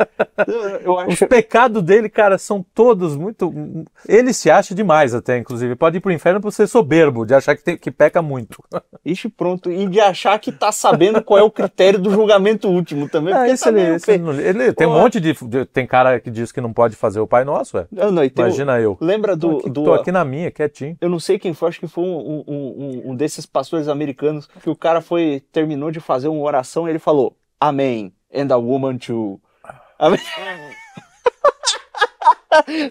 [SPEAKER 3] eu- eu
[SPEAKER 2] Os
[SPEAKER 3] acho...
[SPEAKER 2] pecados dele, cara, são todos muito. Ele se acha demais até, inclusive. Pode ir pro inferno por ser soberbo, de achar que, tem- que peca muito.
[SPEAKER 3] Ixi, pronto. E de achar que tá sabendo qual é o critério do julgamento último também.
[SPEAKER 2] Ah,
[SPEAKER 3] porque tá
[SPEAKER 2] esse ele,
[SPEAKER 3] também
[SPEAKER 2] esse ele não- ele- tem um
[SPEAKER 3] Pô.
[SPEAKER 2] monte de, de- Tem cara que diz que não pode fazer o Pai Nosso, é.
[SPEAKER 3] Ah, Não, não, e tem o-
[SPEAKER 2] Imagina eu.
[SPEAKER 3] Lembra do...
[SPEAKER 2] Aqui-
[SPEAKER 3] do-
[SPEAKER 2] Tô aqui na minha, quietinho.
[SPEAKER 3] Eu não sei quem foi, acho que foi um, um- um- um desses pastores americanos que o cara foi terminou de fazer uma oração e ele falou Amém and a woman too. Amém. <laughs>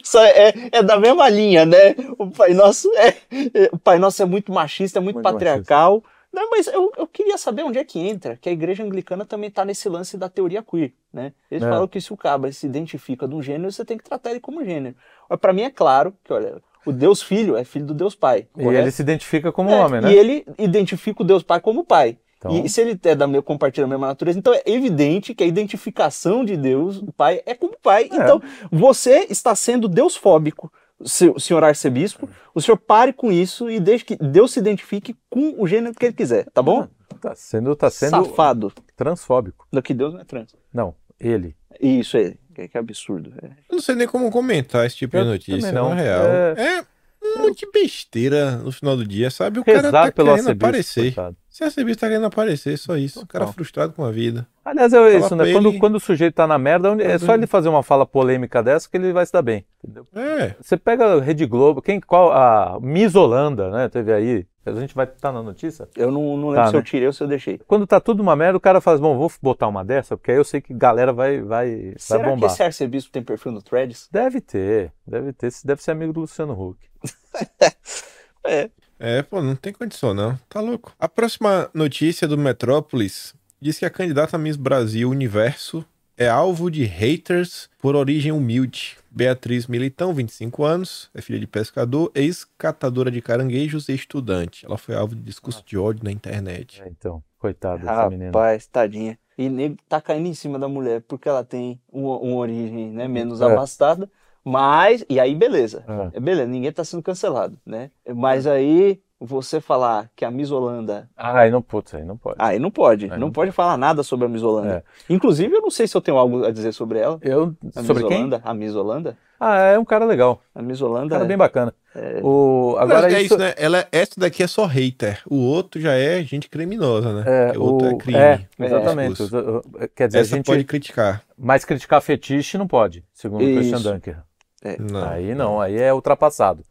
[SPEAKER 3] Só é, é da mesma linha, né? O Pai Nosso é, é- o Pai Nosso é muito machista, é muito,
[SPEAKER 2] Muito
[SPEAKER 3] patriarcal. Não, mas eu, eu queria saber onde é que entra, que a igreja anglicana também está nesse lance da teoria queer, né? Eles
[SPEAKER 2] É.
[SPEAKER 3] falam que se o cabra se identifica de um gênero, você tem que tratar ele como gênero. Mas Pra mim é claro que, olha, o Deus Filho é filho do Deus Pai.
[SPEAKER 2] E
[SPEAKER 3] correto?
[SPEAKER 2] ele se identifica como
[SPEAKER 3] É,
[SPEAKER 2] homem, né?
[SPEAKER 3] E ele identifica o Deus Pai como Pai.
[SPEAKER 2] Então,
[SPEAKER 3] E se ele é da me- compartilha a mesma natureza, então é evidente que a identificação de Deus, o Pai, é como Pai. Então, você está sendo deusfóbico, seu- senhor arcebispo. O senhor pare com isso e deixe que Deus se identifique com o gênero que ele quiser, tá bom?
[SPEAKER 2] tá sendo, tá sendo
[SPEAKER 3] Safado.
[SPEAKER 2] transfóbico.
[SPEAKER 3] Do que Deus não é trans.
[SPEAKER 2] Não, ele.
[SPEAKER 3] Isso aí. Que, que absurdo. é.
[SPEAKER 1] Eu não sei nem como comentar esse tipo
[SPEAKER 2] Eu
[SPEAKER 1] de notícia,
[SPEAKER 2] também não.
[SPEAKER 1] na real. É... um monte de besteira no final do dia, sabe? O cara
[SPEAKER 2] Rezar
[SPEAKER 1] tá
[SPEAKER 2] pelo
[SPEAKER 1] querendo
[SPEAKER 2] arcebispo.
[SPEAKER 1] aparecer.
[SPEAKER 2] coitado.
[SPEAKER 1] Se a serviço tá querendo aparecer, só isso. O cara
[SPEAKER 2] Total.
[SPEAKER 1] frustrado com a vida.
[SPEAKER 2] Aliás, é isso,
[SPEAKER 1] Fala
[SPEAKER 2] né?
[SPEAKER 1] pra
[SPEAKER 2] Quando,
[SPEAKER 1] ele-
[SPEAKER 2] quando o sujeito tá na merda, onde- é só ele fazer uma fala polêmica dessa que ele vai se dar bem. Entendeu?
[SPEAKER 1] É.
[SPEAKER 2] Você pega a Rede Globo, quem, qual, a Miss Holanda, né? Teve aí. A gente vai estar na notícia.
[SPEAKER 3] Eu não, não lembro
[SPEAKER 2] Tá,
[SPEAKER 3] se eu
[SPEAKER 2] né?
[SPEAKER 3] tirei ou se eu deixei.
[SPEAKER 2] Quando tá tudo uma merda, o cara faz, bom, vou botar uma dessa, porque aí eu sei que galera vai, vai, vai
[SPEAKER 3] Será que
[SPEAKER 2] bombar.
[SPEAKER 3] esse é arcebispo tem perfil no Threads?
[SPEAKER 2] Deve ter, deve ter. Esse Deve ser amigo do Luciano Huck.
[SPEAKER 1] É, pô, não tem condição, não. Tá louco. A próxima notícia do Metrópolis diz que a candidata Miss Brasil Universo é alvo de haters por origem humilde. Beatriz Militão, 25 anos, é filha de pescador, ex-catadora de caranguejos e estudante. Ela foi alvo de discurso de ódio na internet.
[SPEAKER 2] É, então, coitado dessa menina.
[SPEAKER 3] Rapaz, tadinha. E nego tá caindo em cima da mulher porque ela tem uma, uma origem né, menos
[SPEAKER 2] É.
[SPEAKER 3] abastada. Mas, e aí beleza.
[SPEAKER 2] É.
[SPEAKER 3] É beleza, ninguém tá sendo cancelado, né? Mas aí você falar que a Miss Holanda.
[SPEAKER 2] Ai, não, putz, aí não pode.
[SPEAKER 3] Aí não pode,
[SPEAKER 2] Aí
[SPEAKER 3] não,
[SPEAKER 2] não
[SPEAKER 3] pode falar nada sobre a Miss Holanda. Inclusive, eu não sei se eu tenho algo a dizer sobre ela.
[SPEAKER 2] Eu,
[SPEAKER 3] A Miss
[SPEAKER 2] sobre quem?
[SPEAKER 3] Holanda, a Miss Holanda.
[SPEAKER 2] Ah, é um cara legal.
[SPEAKER 3] A Miss
[SPEAKER 2] Um
[SPEAKER 3] Holanda.
[SPEAKER 2] cara bem bacana.
[SPEAKER 3] é-
[SPEAKER 2] O, agora
[SPEAKER 1] Mas é
[SPEAKER 2] isso,
[SPEAKER 1] isso, né? Ela, essa daqui é só hater. O outro já é gente criminosa, né?
[SPEAKER 2] É,
[SPEAKER 1] Porque o outro
[SPEAKER 2] o-
[SPEAKER 1] é crime.
[SPEAKER 2] é,
[SPEAKER 1] o
[SPEAKER 2] Exatamente.
[SPEAKER 1] discurso.
[SPEAKER 2] Quer dizer,
[SPEAKER 1] Essa
[SPEAKER 2] a gente.
[SPEAKER 1] pode criticar.
[SPEAKER 2] Mas criticar fetiche não pode, segundo o Christian
[SPEAKER 3] Isso.
[SPEAKER 2] Dunker.
[SPEAKER 1] Não.
[SPEAKER 2] Aí não, aí é ultrapassado.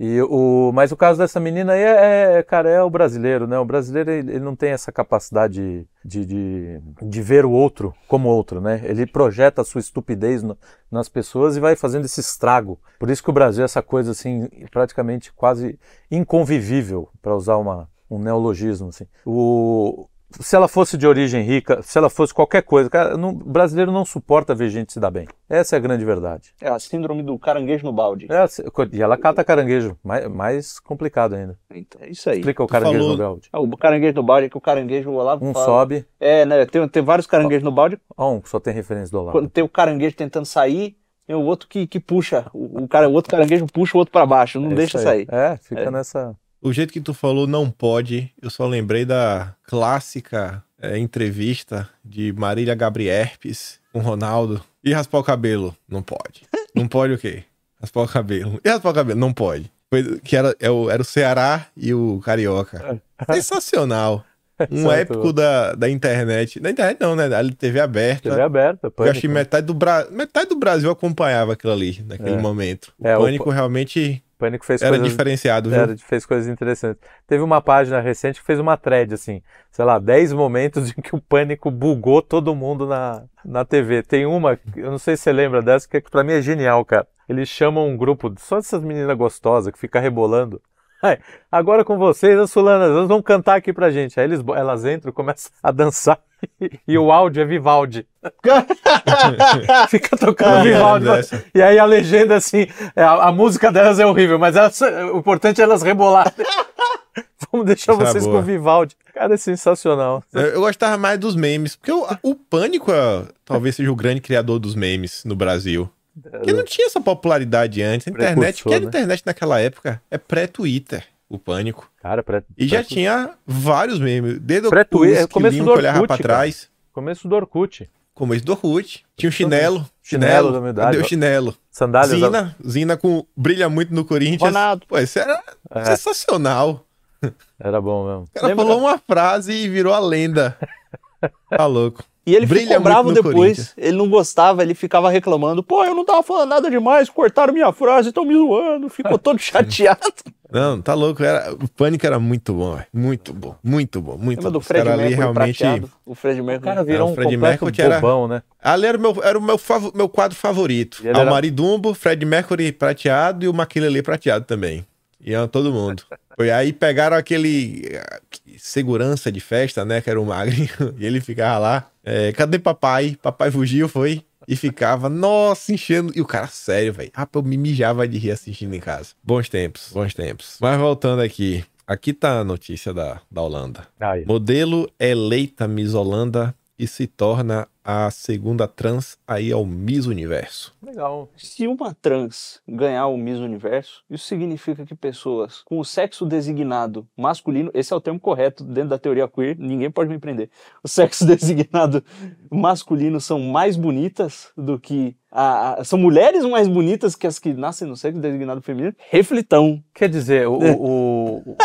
[SPEAKER 2] E o, mas o caso dessa menina aí é, é, cara, é o brasileiro, né? O brasileiro ele, ele não tem essa capacidade de, de, de ver o outro como outro, né? Ele projeta a sua estupidez no- nas pessoas e vai fazendo esse estrago. Por isso que o Brasil é essa coisa assim, praticamente quase inconvivível, para usar uma, um neologismo assim. O se ela fosse de origem rica, se ela fosse qualquer coisa, cara, não- o brasileiro não suporta ver gente se dar bem. Essa é a grande verdade.
[SPEAKER 3] é a síndrome do caranguejo no balde.
[SPEAKER 2] É, se- co- e ela cata caranguejo, mais, mais complicado ainda.
[SPEAKER 3] Então, é isso aí.
[SPEAKER 2] Explica o
[SPEAKER 1] Tu
[SPEAKER 2] caranguejo
[SPEAKER 1] falou-
[SPEAKER 2] no balde.
[SPEAKER 3] Ah, O caranguejo no balde é que o caranguejo o Olavo
[SPEAKER 2] Um
[SPEAKER 3] fala-
[SPEAKER 2] sobe,
[SPEAKER 3] É, né? Tem, tem vários caranguejos no balde.
[SPEAKER 2] ó, um que só tem referência do lado.
[SPEAKER 3] quando tem o caranguejo tentando sair, tem o outro que, que puxa, o, o cara, o outro caranguejo puxa o outro pra baixo, não deixa sair.
[SPEAKER 2] É, fica
[SPEAKER 3] É.
[SPEAKER 2] nessa.
[SPEAKER 1] O jeito que tu falou não pode, eu só lembrei da clássica é, entrevista de Marília Gabrierpes com Ronaldo. E raspar o cabelo? Não
[SPEAKER 2] <laughs>
[SPEAKER 1] pode. Não pode o quê? Raspar o cabelo. E raspar o cabelo? Não pode. Foi, que era, é o- era o Ceará e o
[SPEAKER 2] <laughs>
[SPEAKER 1] Carioca. Sensacional. Um
[SPEAKER 2] Exato.
[SPEAKER 1] épico da, da internet. Da internet não, né? Da TV aberta.
[SPEAKER 2] TV aberta,
[SPEAKER 1] Eu
[SPEAKER 2] pânico.
[SPEAKER 1] acho que metade do, Bra... metade do Brasil acompanhava aquilo ali, naquele
[SPEAKER 2] É.
[SPEAKER 1] momento. O
[SPEAKER 2] É, o
[SPEAKER 1] pânico realmente
[SPEAKER 2] Pânico fez
[SPEAKER 1] era
[SPEAKER 2] coisas
[SPEAKER 1] diferenciado, viu?
[SPEAKER 2] Era, fez coisas interessantes. Teve uma página recente que fez uma thread, assim, sei lá, 10 momentos <laughs> em que o pânico bugou todo mundo na, na TV. Tem uma, eu não sei se você lembra dessa, que pra mim é genial, cara. Eles chamam um grupo, só dessas meninas gostosas que fica rebolando. <laughs> Ai, agora com vocês, as fulanas, elas vão cantar aqui pra gente. Aí eles, bo- elas entram, começam a dançar <laughs> e, o áudio é Vivaldi. <laughs> Fica <laughs> tocando
[SPEAKER 1] Eu lembro
[SPEAKER 2] Vivaldi.
[SPEAKER 1] dessa.
[SPEAKER 2] E aí a legenda, assim, é, a, a música delas é horrível, mas elas- o importante é
[SPEAKER 1] <laughs>
[SPEAKER 2] elas rebolar. Vamos deixar
[SPEAKER 1] Essa é
[SPEAKER 2] vocês
[SPEAKER 1] boa. É.
[SPEAKER 2] com Vivaldi. Cara, é sensacional.
[SPEAKER 1] Eu, eu gostava mais dos memes, porque o, o Pânico é- talvez seja o grande criador dos memes no Brasil. Porque não tinha essa popularidade antes. A internet,
[SPEAKER 2] Precursor,
[SPEAKER 1] o que era
[SPEAKER 2] né?
[SPEAKER 1] internet naquela época? É pré-Twitter, o Pânico.
[SPEAKER 2] Cara, pré,
[SPEAKER 1] E já tinha vários memes. Desde
[SPEAKER 2] Pré-Twi-
[SPEAKER 1] o
[SPEAKER 2] é, começo
[SPEAKER 1] Quilinho
[SPEAKER 2] do
[SPEAKER 1] que olhava pra
[SPEAKER 2] Orkut, cara.
[SPEAKER 1] trás.
[SPEAKER 2] começo do Orkut.
[SPEAKER 1] Começo do Orkut. Tinha o chinelo.
[SPEAKER 2] Chinelo da
[SPEAKER 1] Chinelo.
[SPEAKER 2] humildade.
[SPEAKER 1] Cadê o chinelo?
[SPEAKER 2] Sandálias.
[SPEAKER 1] Zina. Zina com, brilha muito no Corinthians.
[SPEAKER 3] Ronaldo.
[SPEAKER 1] Pô, isso era
[SPEAKER 2] É.
[SPEAKER 1] sensacional.
[SPEAKER 2] Era bom mesmo.
[SPEAKER 1] O cara
[SPEAKER 3] Lembra-
[SPEAKER 1] falou uma frase e virou a
[SPEAKER 2] <laughs>
[SPEAKER 1] lenda. Tá louco.
[SPEAKER 3] E ele
[SPEAKER 1] Brilha
[SPEAKER 3] ficou
[SPEAKER 1] muito
[SPEAKER 3] bravo
[SPEAKER 1] no
[SPEAKER 3] depois,
[SPEAKER 1] Corinthians.
[SPEAKER 3] ele não gostava, ele ficava reclamando. Pô, eu não tava falando nada demais, cortaram minha frase, estão me zoando,
[SPEAKER 1] <laughs>
[SPEAKER 3] ficou todo chateado.
[SPEAKER 1] Não, tá louco. Era, o pânico era muito bom, velho. Muito bom, muito bom, muito bom.
[SPEAKER 3] Lembra do
[SPEAKER 1] Então, Os
[SPEAKER 3] Fred
[SPEAKER 1] caras
[SPEAKER 3] Mercury
[SPEAKER 1] ali realmente.
[SPEAKER 3] prateado? O Fred
[SPEAKER 2] O
[SPEAKER 3] Mercury.
[SPEAKER 2] cara virou
[SPEAKER 1] É, o
[SPEAKER 2] um
[SPEAKER 1] Fred
[SPEAKER 2] completo
[SPEAKER 1] Mercury era-
[SPEAKER 2] bobão, né?
[SPEAKER 1] Ali era o meu, era o meu, favo- meu quadro favorito.
[SPEAKER 2] E ele era-
[SPEAKER 1] Almaridumbo, Fred Mercury prateado e o Maquilele prateado também. E era todo
[SPEAKER 2] <laughs>
[SPEAKER 1] mundo. Foi aí pegaram aquele eh, segurança de festa, né? Que era o magrinho. <laughs> E ele ficava lá. eh, Cadê papai? Papai fugiu, foi. E ficava, nossa, enchendo. E o cara, sério, velho. Ah, eu me mijava de rir assistindo em casa. Bons tempos, bons tempos. Mas voltando aqui. Aqui tá a notícia da, da Holanda.
[SPEAKER 2] Aí.
[SPEAKER 1] Modelo é eleita Miss Holanda e se torna a segunda trans aí ao Miss Universo.
[SPEAKER 2] Legal.
[SPEAKER 3] Se uma trans ganhar o Miss Universo, isso significa que pessoas com o sexo designado masculino, esse é o termo correto dentro da teoria queer, ninguém pode me prender. O sexo <laughs> designado masculino são mais bonitas do que. a- a- são mulheres mais bonitas que as que nascem no sexo designado feminino. Reflitão.
[SPEAKER 2] Quer dizer, o, o, o,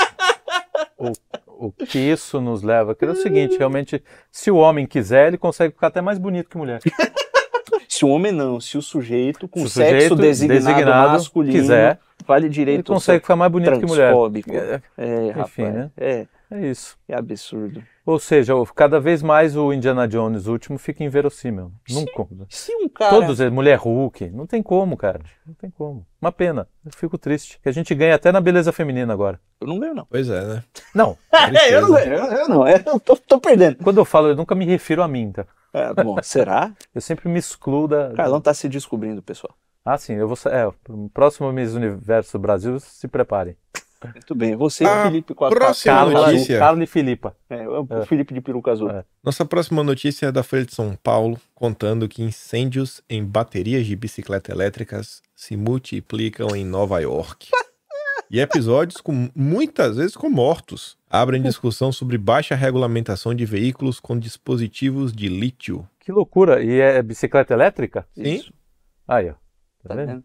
[SPEAKER 2] o- o que isso nos leva? Que é o seguinte, realmente, se o homem quiser, ele consegue ficar até mais bonito que mulher.
[SPEAKER 3] Se o homem não, se o sujeito com
[SPEAKER 2] Se o
[SPEAKER 3] sexo
[SPEAKER 2] sujeito
[SPEAKER 3] designado,
[SPEAKER 2] designado
[SPEAKER 3] masculino
[SPEAKER 2] quiser,
[SPEAKER 3] vale
[SPEAKER 2] Ele
[SPEAKER 3] direito ao
[SPEAKER 2] consegue ficar mais bonito
[SPEAKER 3] sexo
[SPEAKER 2] que mulher.
[SPEAKER 3] transfóbico.
[SPEAKER 2] É,
[SPEAKER 3] É, rapaz.
[SPEAKER 2] Enfim, né?
[SPEAKER 3] É,
[SPEAKER 2] é isso.
[SPEAKER 3] é absurdo.
[SPEAKER 2] Ou seja, o- cada vez mais o Indiana Jones, o último, fica inverossímil. Nunca.
[SPEAKER 3] Se um cara.
[SPEAKER 2] Todos eles, mulher Hulk. Não tem como, cara. Não tem como. Uma pena. Eu fico triste. Que a gente ganha até na beleza feminina agora.
[SPEAKER 3] Eu não ganho, não.
[SPEAKER 1] Pois é, né?
[SPEAKER 2] Não,
[SPEAKER 3] <laughs> É, eu não ganho, eu, eu não, eu tô, tô perdendo.
[SPEAKER 2] quando eu falo, eu nunca me refiro a mim, tá?
[SPEAKER 3] É, bom, será?
[SPEAKER 2] <laughs> Eu sempre me excluo da.
[SPEAKER 3] O Carlão tá se descobrindo, pessoal.
[SPEAKER 2] Ah, sim, eu vou. sa- É, pro próximo Miss Universo Brasil, se preparem.
[SPEAKER 3] Muito bem, você e
[SPEAKER 1] Ah,
[SPEAKER 3] o Felipe com a
[SPEAKER 1] próxima
[SPEAKER 3] com a-
[SPEAKER 2] Carla,
[SPEAKER 1] notícia.
[SPEAKER 2] Carla e Filipa.
[SPEAKER 3] É, o Felipe de peruca azul.
[SPEAKER 2] É.
[SPEAKER 1] Nossa próxima notícia é da Folha de São Paulo, contando que incêndios em baterias de bicicleta elétricas se multiplicam em Nova York. E episódios com muitas vezes com mortos abrem discussão sobre baixa regulamentação de veículos com dispositivos de lítio.
[SPEAKER 2] Que loucura. E é bicicleta elétrica?
[SPEAKER 1] Sim.
[SPEAKER 3] Isso,
[SPEAKER 2] Aí, ó. Tá
[SPEAKER 3] tá
[SPEAKER 2] vendo?
[SPEAKER 3] vendo?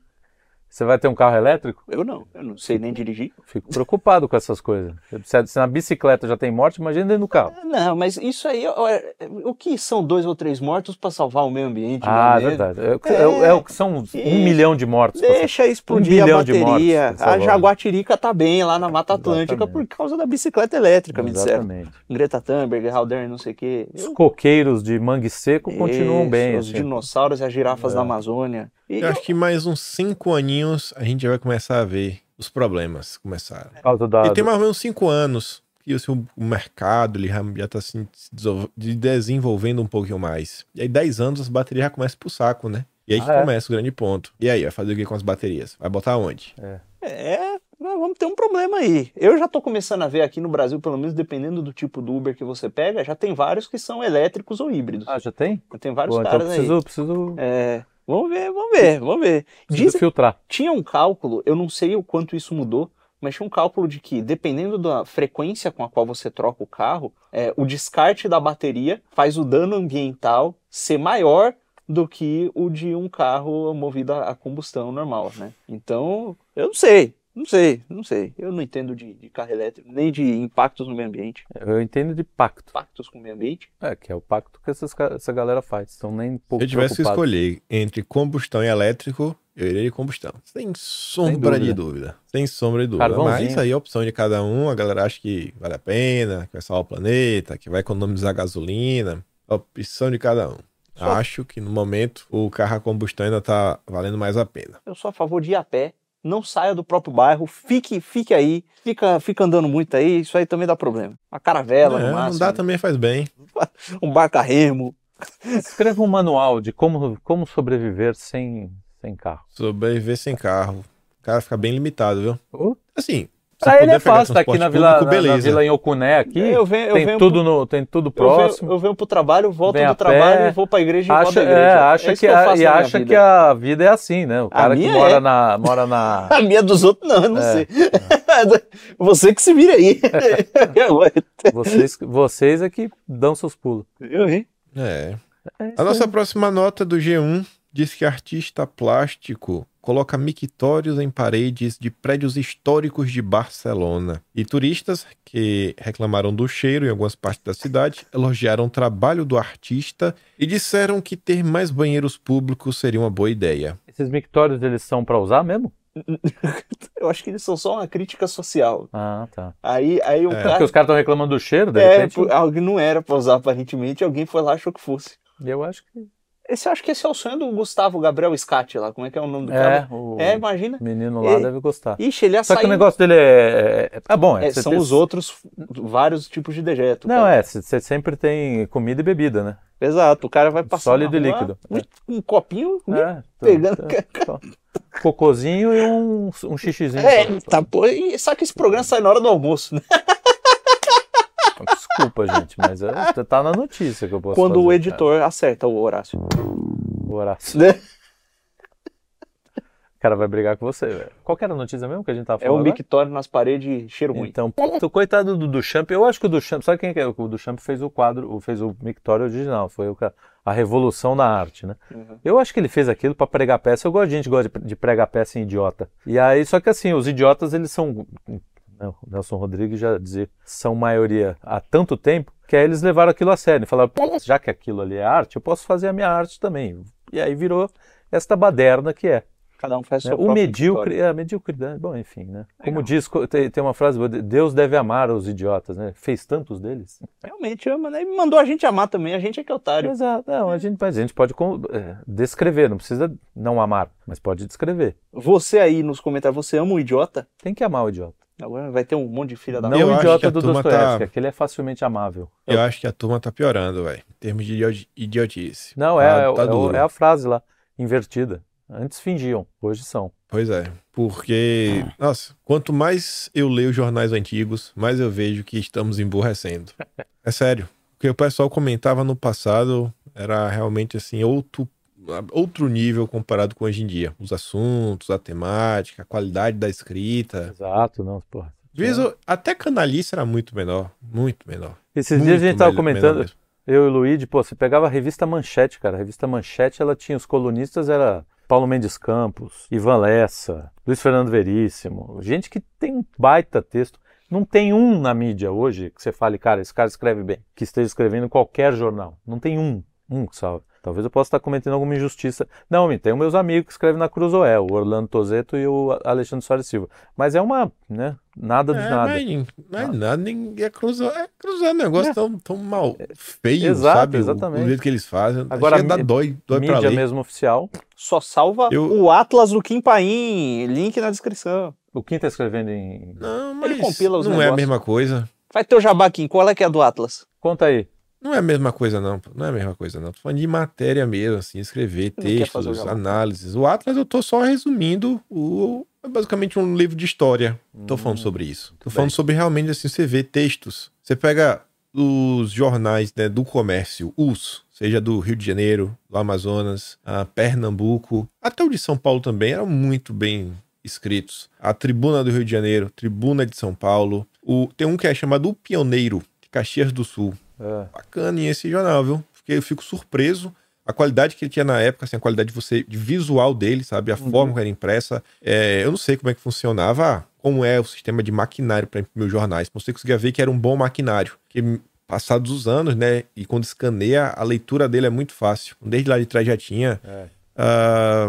[SPEAKER 2] Você vai ter um carro elétrico?
[SPEAKER 3] Eu não, eu não sei nem dirigir.
[SPEAKER 2] Fico preocupado com essas coisas. Se se na bicicleta já tem morte, imagina dentro do carro.
[SPEAKER 3] Ah, Não, mas isso aí, ó, é- o que são dois ou três mortos pra salvar o meio ambiente?
[SPEAKER 2] Ah, é
[SPEAKER 3] não é mesmo?
[SPEAKER 2] verdade. É, o que- é o- é o que são uns um
[SPEAKER 3] Isso.
[SPEAKER 2] milhão de mortos. pra você-
[SPEAKER 3] Deixa explodir
[SPEAKER 2] bilhão
[SPEAKER 3] a
[SPEAKER 2] Um de
[SPEAKER 3] bateria.
[SPEAKER 2] mortes, por
[SPEAKER 3] a
[SPEAKER 2] favor.
[SPEAKER 3] Jaguatirica tá bem lá na Mata Atlântica
[SPEAKER 2] Exatamente.
[SPEAKER 3] por causa da bicicleta elétrica, me disseram.
[SPEAKER 2] Exatamente.
[SPEAKER 3] Greta Thunberg, Halder, não sei o quê.
[SPEAKER 2] Os coqueiros de mangue seco continuam
[SPEAKER 3] Isso,
[SPEAKER 2] bem.
[SPEAKER 3] Os
[SPEAKER 2] assim. É.
[SPEAKER 3] dinossauros e as girafas da Amazônia. E
[SPEAKER 1] Eu acho que mais uns cinco aninhos a gente vai começar a ver os problemas começaram.
[SPEAKER 2] Por causa da-
[SPEAKER 1] E tem
[SPEAKER 2] do-
[SPEAKER 1] mais ou menos cinco anos que assim, o mercado ele já está se desenvol- de- desenvolvendo um pouquinho mais. E aí, 10 anos, as baterias já começam pro saco, né? E aí que
[SPEAKER 2] Ah, é?
[SPEAKER 1] começa o grande ponto. E aí, vai fazer o que com as baterias? Vai botar onde?
[SPEAKER 3] É, nós vamos ter um problema aí. Eu já tô começando a ver aqui no Brasil, pelo menos dependendo do tipo do Uber que você pega, já tem vários que são elétricos ou híbridos.
[SPEAKER 2] Ah, já tem?
[SPEAKER 3] tem vários
[SPEAKER 2] Bom, então
[SPEAKER 3] caras aí.
[SPEAKER 2] preciso, preciso,
[SPEAKER 3] É, vamos ver, vamos ver, vamos ver.
[SPEAKER 2] preciso
[SPEAKER 3] Dizem
[SPEAKER 2] filtrar.
[SPEAKER 3] tinha um cálculo, eu não sei o quanto isso mudou, mas tinha um cálculo de que, dependendo da frequência com a qual você troca o carro, é, o descarte da bateria faz o dano ambiental ser maior do que o de um carro movido a, a combustão normal, né? Então, eu não sei. Não sei, não sei. Eu não entendo de, de carro elétrico, nem de impactos no meio ambiente.
[SPEAKER 2] Eu entendo de pacto.
[SPEAKER 3] Impactos com o meio ambiente?
[SPEAKER 2] É, que é o pacto que essas, ca- essa galera faz. Estão nem um pouco
[SPEAKER 1] Se eu tivesse que
[SPEAKER 2] preocupados.
[SPEAKER 1] escolher entre combustão e elétrico, eu iria de combustão. Sem sombra de
[SPEAKER 2] dúvida.
[SPEAKER 1] dúvida. Sem sombra de dúvida.
[SPEAKER 2] Carvãozinho.
[SPEAKER 1] Mas aí é a opção de cada um. A galera acha que vale a pena, que vai salvar o planeta, que vai economizar gasolina. Opção de cada um.
[SPEAKER 3] Só-
[SPEAKER 1] Acho que no momento o carro a combustão ainda tá valendo mais a pena.
[SPEAKER 3] Eu sou a favor de ir a pé. Não saia do próprio bairro, fique, fique aí, fica, fica andando muito aí, isso aí também dá problema. Uma caravela,
[SPEAKER 1] É,
[SPEAKER 3] no
[SPEAKER 1] não
[SPEAKER 3] máximo,
[SPEAKER 2] né?
[SPEAKER 1] dá também faz bem.
[SPEAKER 3] um barco a remo.
[SPEAKER 2] Escreva um manual de como, como sobreviver sem, sem carro.
[SPEAKER 1] Sobreviver sem carro. O cara fica bem limitado, viu?
[SPEAKER 2] Uh.
[SPEAKER 1] Assim, se
[SPEAKER 2] Pra ele
[SPEAKER 1] puder
[SPEAKER 2] é
[SPEAKER 1] pegar
[SPEAKER 2] fácil, tá aqui
[SPEAKER 1] transporte
[SPEAKER 2] na vila,
[SPEAKER 1] público,
[SPEAKER 2] na, na
[SPEAKER 1] beleza.
[SPEAKER 2] vila em Ocuné aqui.
[SPEAKER 3] É, eu venho, eu
[SPEAKER 2] tem,
[SPEAKER 3] venho
[SPEAKER 2] tudo no, tem tudo
[SPEAKER 3] Eu
[SPEAKER 2] próximo.
[SPEAKER 3] venho, eu venho pro trabalho, volto
[SPEAKER 2] Vem a
[SPEAKER 3] do trabalho,
[SPEAKER 2] pé,
[SPEAKER 3] vou pra igreja e volto
[SPEAKER 2] Acha,
[SPEAKER 3] à igreja.
[SPEAKER 2] é, acha
[SPEAKER 3] isso
[SPEAKER 2] que,
[SPEAKER 3] eu
[SPEAKER 2] a,
[SPEAKER 3] faço
[SPEAKER 2] e
[SPEAKER 3] na minha
[SPEAKER 2] acha
[SPEAKER 3] vida.
[SPEAKER 2] que a vida é assim, né? O cara que
[SPEAKER 3] minha
[SPEAKER 2] mora
[SPEAKER 3] é.
[SPEAKER 2] na. Mora
[SPEAKER 3] <laughs>
[SPEAKER 2] na...
[SPEAKER 3] A minha dos outros, não, eu não
[SPEAKER 2] É.
[SPEAKER 3] sei. <laughs> Você que se vira aí.
[SPEAKER 2] <laughs> vocês, vocês é que dão seus pulos.
[SPEAKER 3] eu, hein?
[SPEAKER 1] É.
[SPEAKER 2] É isso
[SPEAKER 1] A
[SPEAKER 2] aí.
[SPEAKER 1] nossa próxima nota do G1 diz que artista plástico coloca mictórios em paredes de prédios históricos de Barcelona. E turistas que reclamaram do cheiro em algumas partes da cidade elogiaram o trabalho do artista e disseram que ter mais banheiros públicos seria uma boa ideia.
[SPEAKER 2] Esses mictórios eles são pra usar mesmo?
[SPEAKER 3] Eu acho que eles são só uma crítica social.
[SPEAKER 2] Ah, tá.
[SPEAKER 3] Aí, aí o
[SPEAKER 1] É.
[SPEAKER 2] Porque
[SPEAKER 3] cara.
[SPEAKER 2] os caras estão reclamando do cheiro, de
[SPEAKER 3] É,
[SPEAKER 2] repente.
[SPEAKER 3] por- algo não era pra usar, aparentemente, alguém foi lá e achou que fosse.
[SPEAKER 2] Eu acho que.
[SPEAKER 3] Esse, eu acho que esse é o sonho do Gustavo Gabriel Scatti lá. Como é que é o nome do cara?
[SPEAKER 2] É, o
[SPEAKER 3] É, imagina.
[SPEAKER 2] menino lá
[SPEAKER 3] E-
[SPEAKER 2] deve gostar.
[SPEAKER 3] Ixi, ele ia
[SPEAKER 2] Só que
[SPEAKER 3] sair.
[SPEAKER 2] o negócio dele é. é- Ah, bom, é.
[SPEAKER 3] É,
[SPEAKER 2] você
[SPEAKER 3] são
[SPEAKER 2] tem-
[SPEAKER 3] os outros vários tipos de dejeto.
[SPEAKER 2] Não, é, você- você sempre tem comida e bebida, né?
[SPEAKER 3] é. Exato, o cara vai passar.
[SPEAKER 2] Sólido
[SPEAKER 3] na
[SPEAKER 2] e
[SPEAKER 3] rua,
[SPEAKER 2] líquido.
[SPEAKER 3] Um copinho,
[SPEAKER 2] É, tô-
[SPEAKER 3] pegando.
[SPEAKER 2] tô- Cocôzinho e um, um xixizinho.
[SPEAKER 3] <laughs> É, tá, pô, e só que esse programa sai na hora do almoço, né?
[SPEAKER 2] Desculpa, gente, mas é- tá na notícia que eu posso
[SPEAKER 3] Quando o
[SPEAKER 2] fazer,
[SPEAKER 3] editor acerta o Horácio.
[SPEAKER 2] cara. O Horácio.
[SPEAKER 3] Né?
[SPEAKER 2] O cara vai brigar com você, velho. Qual que era a notícia mesmo que a gente tava
[SPEAKER 3] É
[SPEAKER 2] falando?
[SPEAKER 3] um
[SPEAKER 2] agora?
[SPEAKER 3] mictório nas paredes, cheiro ruim.
[SPEAKER 2] Então, puto, coitado do Duchamp, eu acho que o Duchamp, sabe quem que é? O Duchamp fez o quadro, o- fez o mictório original, foi o ca- a revolução na arte, né?
[SPEAKER 3] Uhum.
[SPEAKER 2] Eu acho que ele fez aquilo pra pregar peça. Eu gosto de gente que gosta de pre- de pregar peça em idiota. E aí, só que assim, os idiotas, eles são. Não, o Nelson Rodrigues já dizia, são maioria há tanto tempo, que aí eles levaram aquilo a sério. e Falaram, "Pô, já que aquilo ali é arte, eu posso fazer a minha arte também. E aí virou esta baderna que é.
[SPEAKER 3] Cada um faz
[SPEAKER 2] né?
[SPEAKER 3] seu
[SPEAKER 2] O
[SPEAKER 3] próprio
[SPEAKER 2] medíocre,
[SPEAKER 3] mictório.
[SPEAKER 2] é, a mediocridade, bom, enfim, né? Como
[SPEAKER 3] Legal.
[SPEAKER 2] diz, co- tem, tem uma frase, boa, Deus deve amar os idiotas, né? Fez tantos deles.
[SPEAKER 3] Realmente ama, né? E mandou a gente amar também, a gente é que é otário.
[SPEAKER 2] Exato, não, a gente, mas a gente pode con- é, descrever, não precisa não amar, mas pode descrever.
[SPEAKER 3] Você aí nos comentários, você ama um idiota?
[SPEAKER 2] Tem que amar o idiota.
[SPEAKER 3] Agora vai ter um monte de filha da
[SPEAKER 2] Não
[SPEAKER 1] Eu
[SPEAKER 2] o
[SPEAKER 1] acho que
[SPEAKER 2] idiota
[SPEAKER 1] a
[SPEAKER 2] do
[SPEAKER 1] turma tá-
[SPEAKER 2] Dostoiévski, aquele é facilmente amável.
[SPEAKER 1] Eu acho que a turma tá piorando, velho. Em termos de idio- idiotice.
[SPEAKER 2] Não,
[SPEAKER 1] Tá-
[SPEAKER 2] é, é o-
[SPEAKER 1] tá
[SPEAKER 2] é o-
[SPEAKER 1] duro.
[SPEAKER 2] é a frase lá, invertida. Antes fingiam, hoje são.
[SPEAKER 1] Pois é, porque, nossa, quanto mais eu leio jornais antigos, mais eu vejo que estamos emburrecendo. É sério. O que o pessoal comentava no passado era realmente assim, outro, outro nível comparado com hoje em dia. Os assuntos, a temática, a qualidade da escrita.
[SPEAKER 2] Exato, não, porra.
[SPEAKER 1] Às vezes, eu- até canalice era muito menor, muito menor.
[SPEAKER 2] Esses
[SPEAKER 1] Muito
[SPEAKER 2] dias a gente tava
[SPEAKER 1] melhor- menor
[SPEAKER 2] comentando,
[SPEAKER 1] mesmo.
[SPEAKER 2] Eu e o Luigi, pô, você pegava a revista Manchete, cara. A revista Manchete, ela tinha os colunistas, era Paulo Mendes Campos, Ivan Lessa, Luiz Fernando Veríssimo. Gente que tem um baita texto. Não tem um na mídia hoje que você fale, cara, esse cara escreve bem, que esteja escrevendo em qualquer jornal. Não tem um, um que salve. Talvez eu possa estar cometendo alguma injustiça. Não, homem, tem meus amigos que escrevem na Cruzoel, o Orlando Tozeto e o Alexandre Soares Silva. Mas é uma, né, nada de
[SPEAKER 1] É,
[SPEAKER 2] nada. Ah.
[SPEAKER 1] Mas, não é nada, nem é cruzar, é cruzar um negócio
[SPEAKER 2] É.
[SPEAKER 1] tão, tão mal feio,
[SPEAKER 2] Exato,
[SPEAKER 1] sabe? O-
[SPEAKER 2] exatamente.
[SPEAKER 1] O, jeito que eles fazem.
[SPEAKER 2] Agora,
[SPEAKER 1] Chega a dar
[SPEAKER 2] mí-
[SPEAKER 1] dói, dói pra
[SPEAKER 2] mídia
[SPEAKER 1] ler.
[SPEAKER 2] mesmo oficial.
[SPEAKER 3] Só salva
[SPEAKER 1] Eu-
[SPEAKER 3] o Atlas do Kim Paim, link na descrição.
[SPEAKER 2] O Kim está escrevendo em...
[SPEAKER 1] Não, mas
[SPEAKER 3] Ele compila os
[SPEAKER 1] não é a
[SPEAKER 3] negócios.
[SPEAKER 1] mesma coisa.
[SPEAKER 3] Vai ter o jabá, Kim, qual é que é a do Atlas?
[SPEAKER 2] Conta aí.
[SPEAKER 1] Não é a mesma coisa, não. pô. Não é a mesma coisa, não. Tô falando de matéria mesmo, assim, escrever
[SPEAKER 3] Não quer fazer o
[SPEAKER 1] textos,
[SPEAKER 3] jabá.
[SPEAKER 1] análises. O Atlas eu tô só resumindo o. É basicamente um livro de história. Tô falando
[SPEAKER 2] Hum.
[SPEAKER 1] sobre isso. Tô
[SPEAKER 2] bem.
[SPEAKER 1] falando sobre realmente assim, você vê textos. Você pega os jornais né, do comércio, os, seja do Rio de Janeiro, do Amazonas, a Pernambuco, até o de São Paulo também, era muito bem escritos. A Tribuna do Rio de Janeiro, Tribuna de São Paulo. O, tem um que é chamado O Pioneiro, de Caxias do Sul.
[SPEAKER 2] É.
[SPEAKER 1] Bacana e esse jornal, viu? Porque eu fico surpreso. A qualidade que ele tinha na época, assim, a qualidade de você, de visual dele, sabe? A
[SPEAKER 2] Uhum.
[SPEAKER 1] forma que era impressa. É, eu não sei como é que funcionava, como é o sistema de maquinário para imprimir os jornais. Mas você conseguia ver que era um bom maquinário. Que passados os anos, né? E quando escaneia, a leitura dele é muito fácil. Desde lá de trás já tinha.
[SPEAKER 2] É.
[SPEAKER 1] Ah,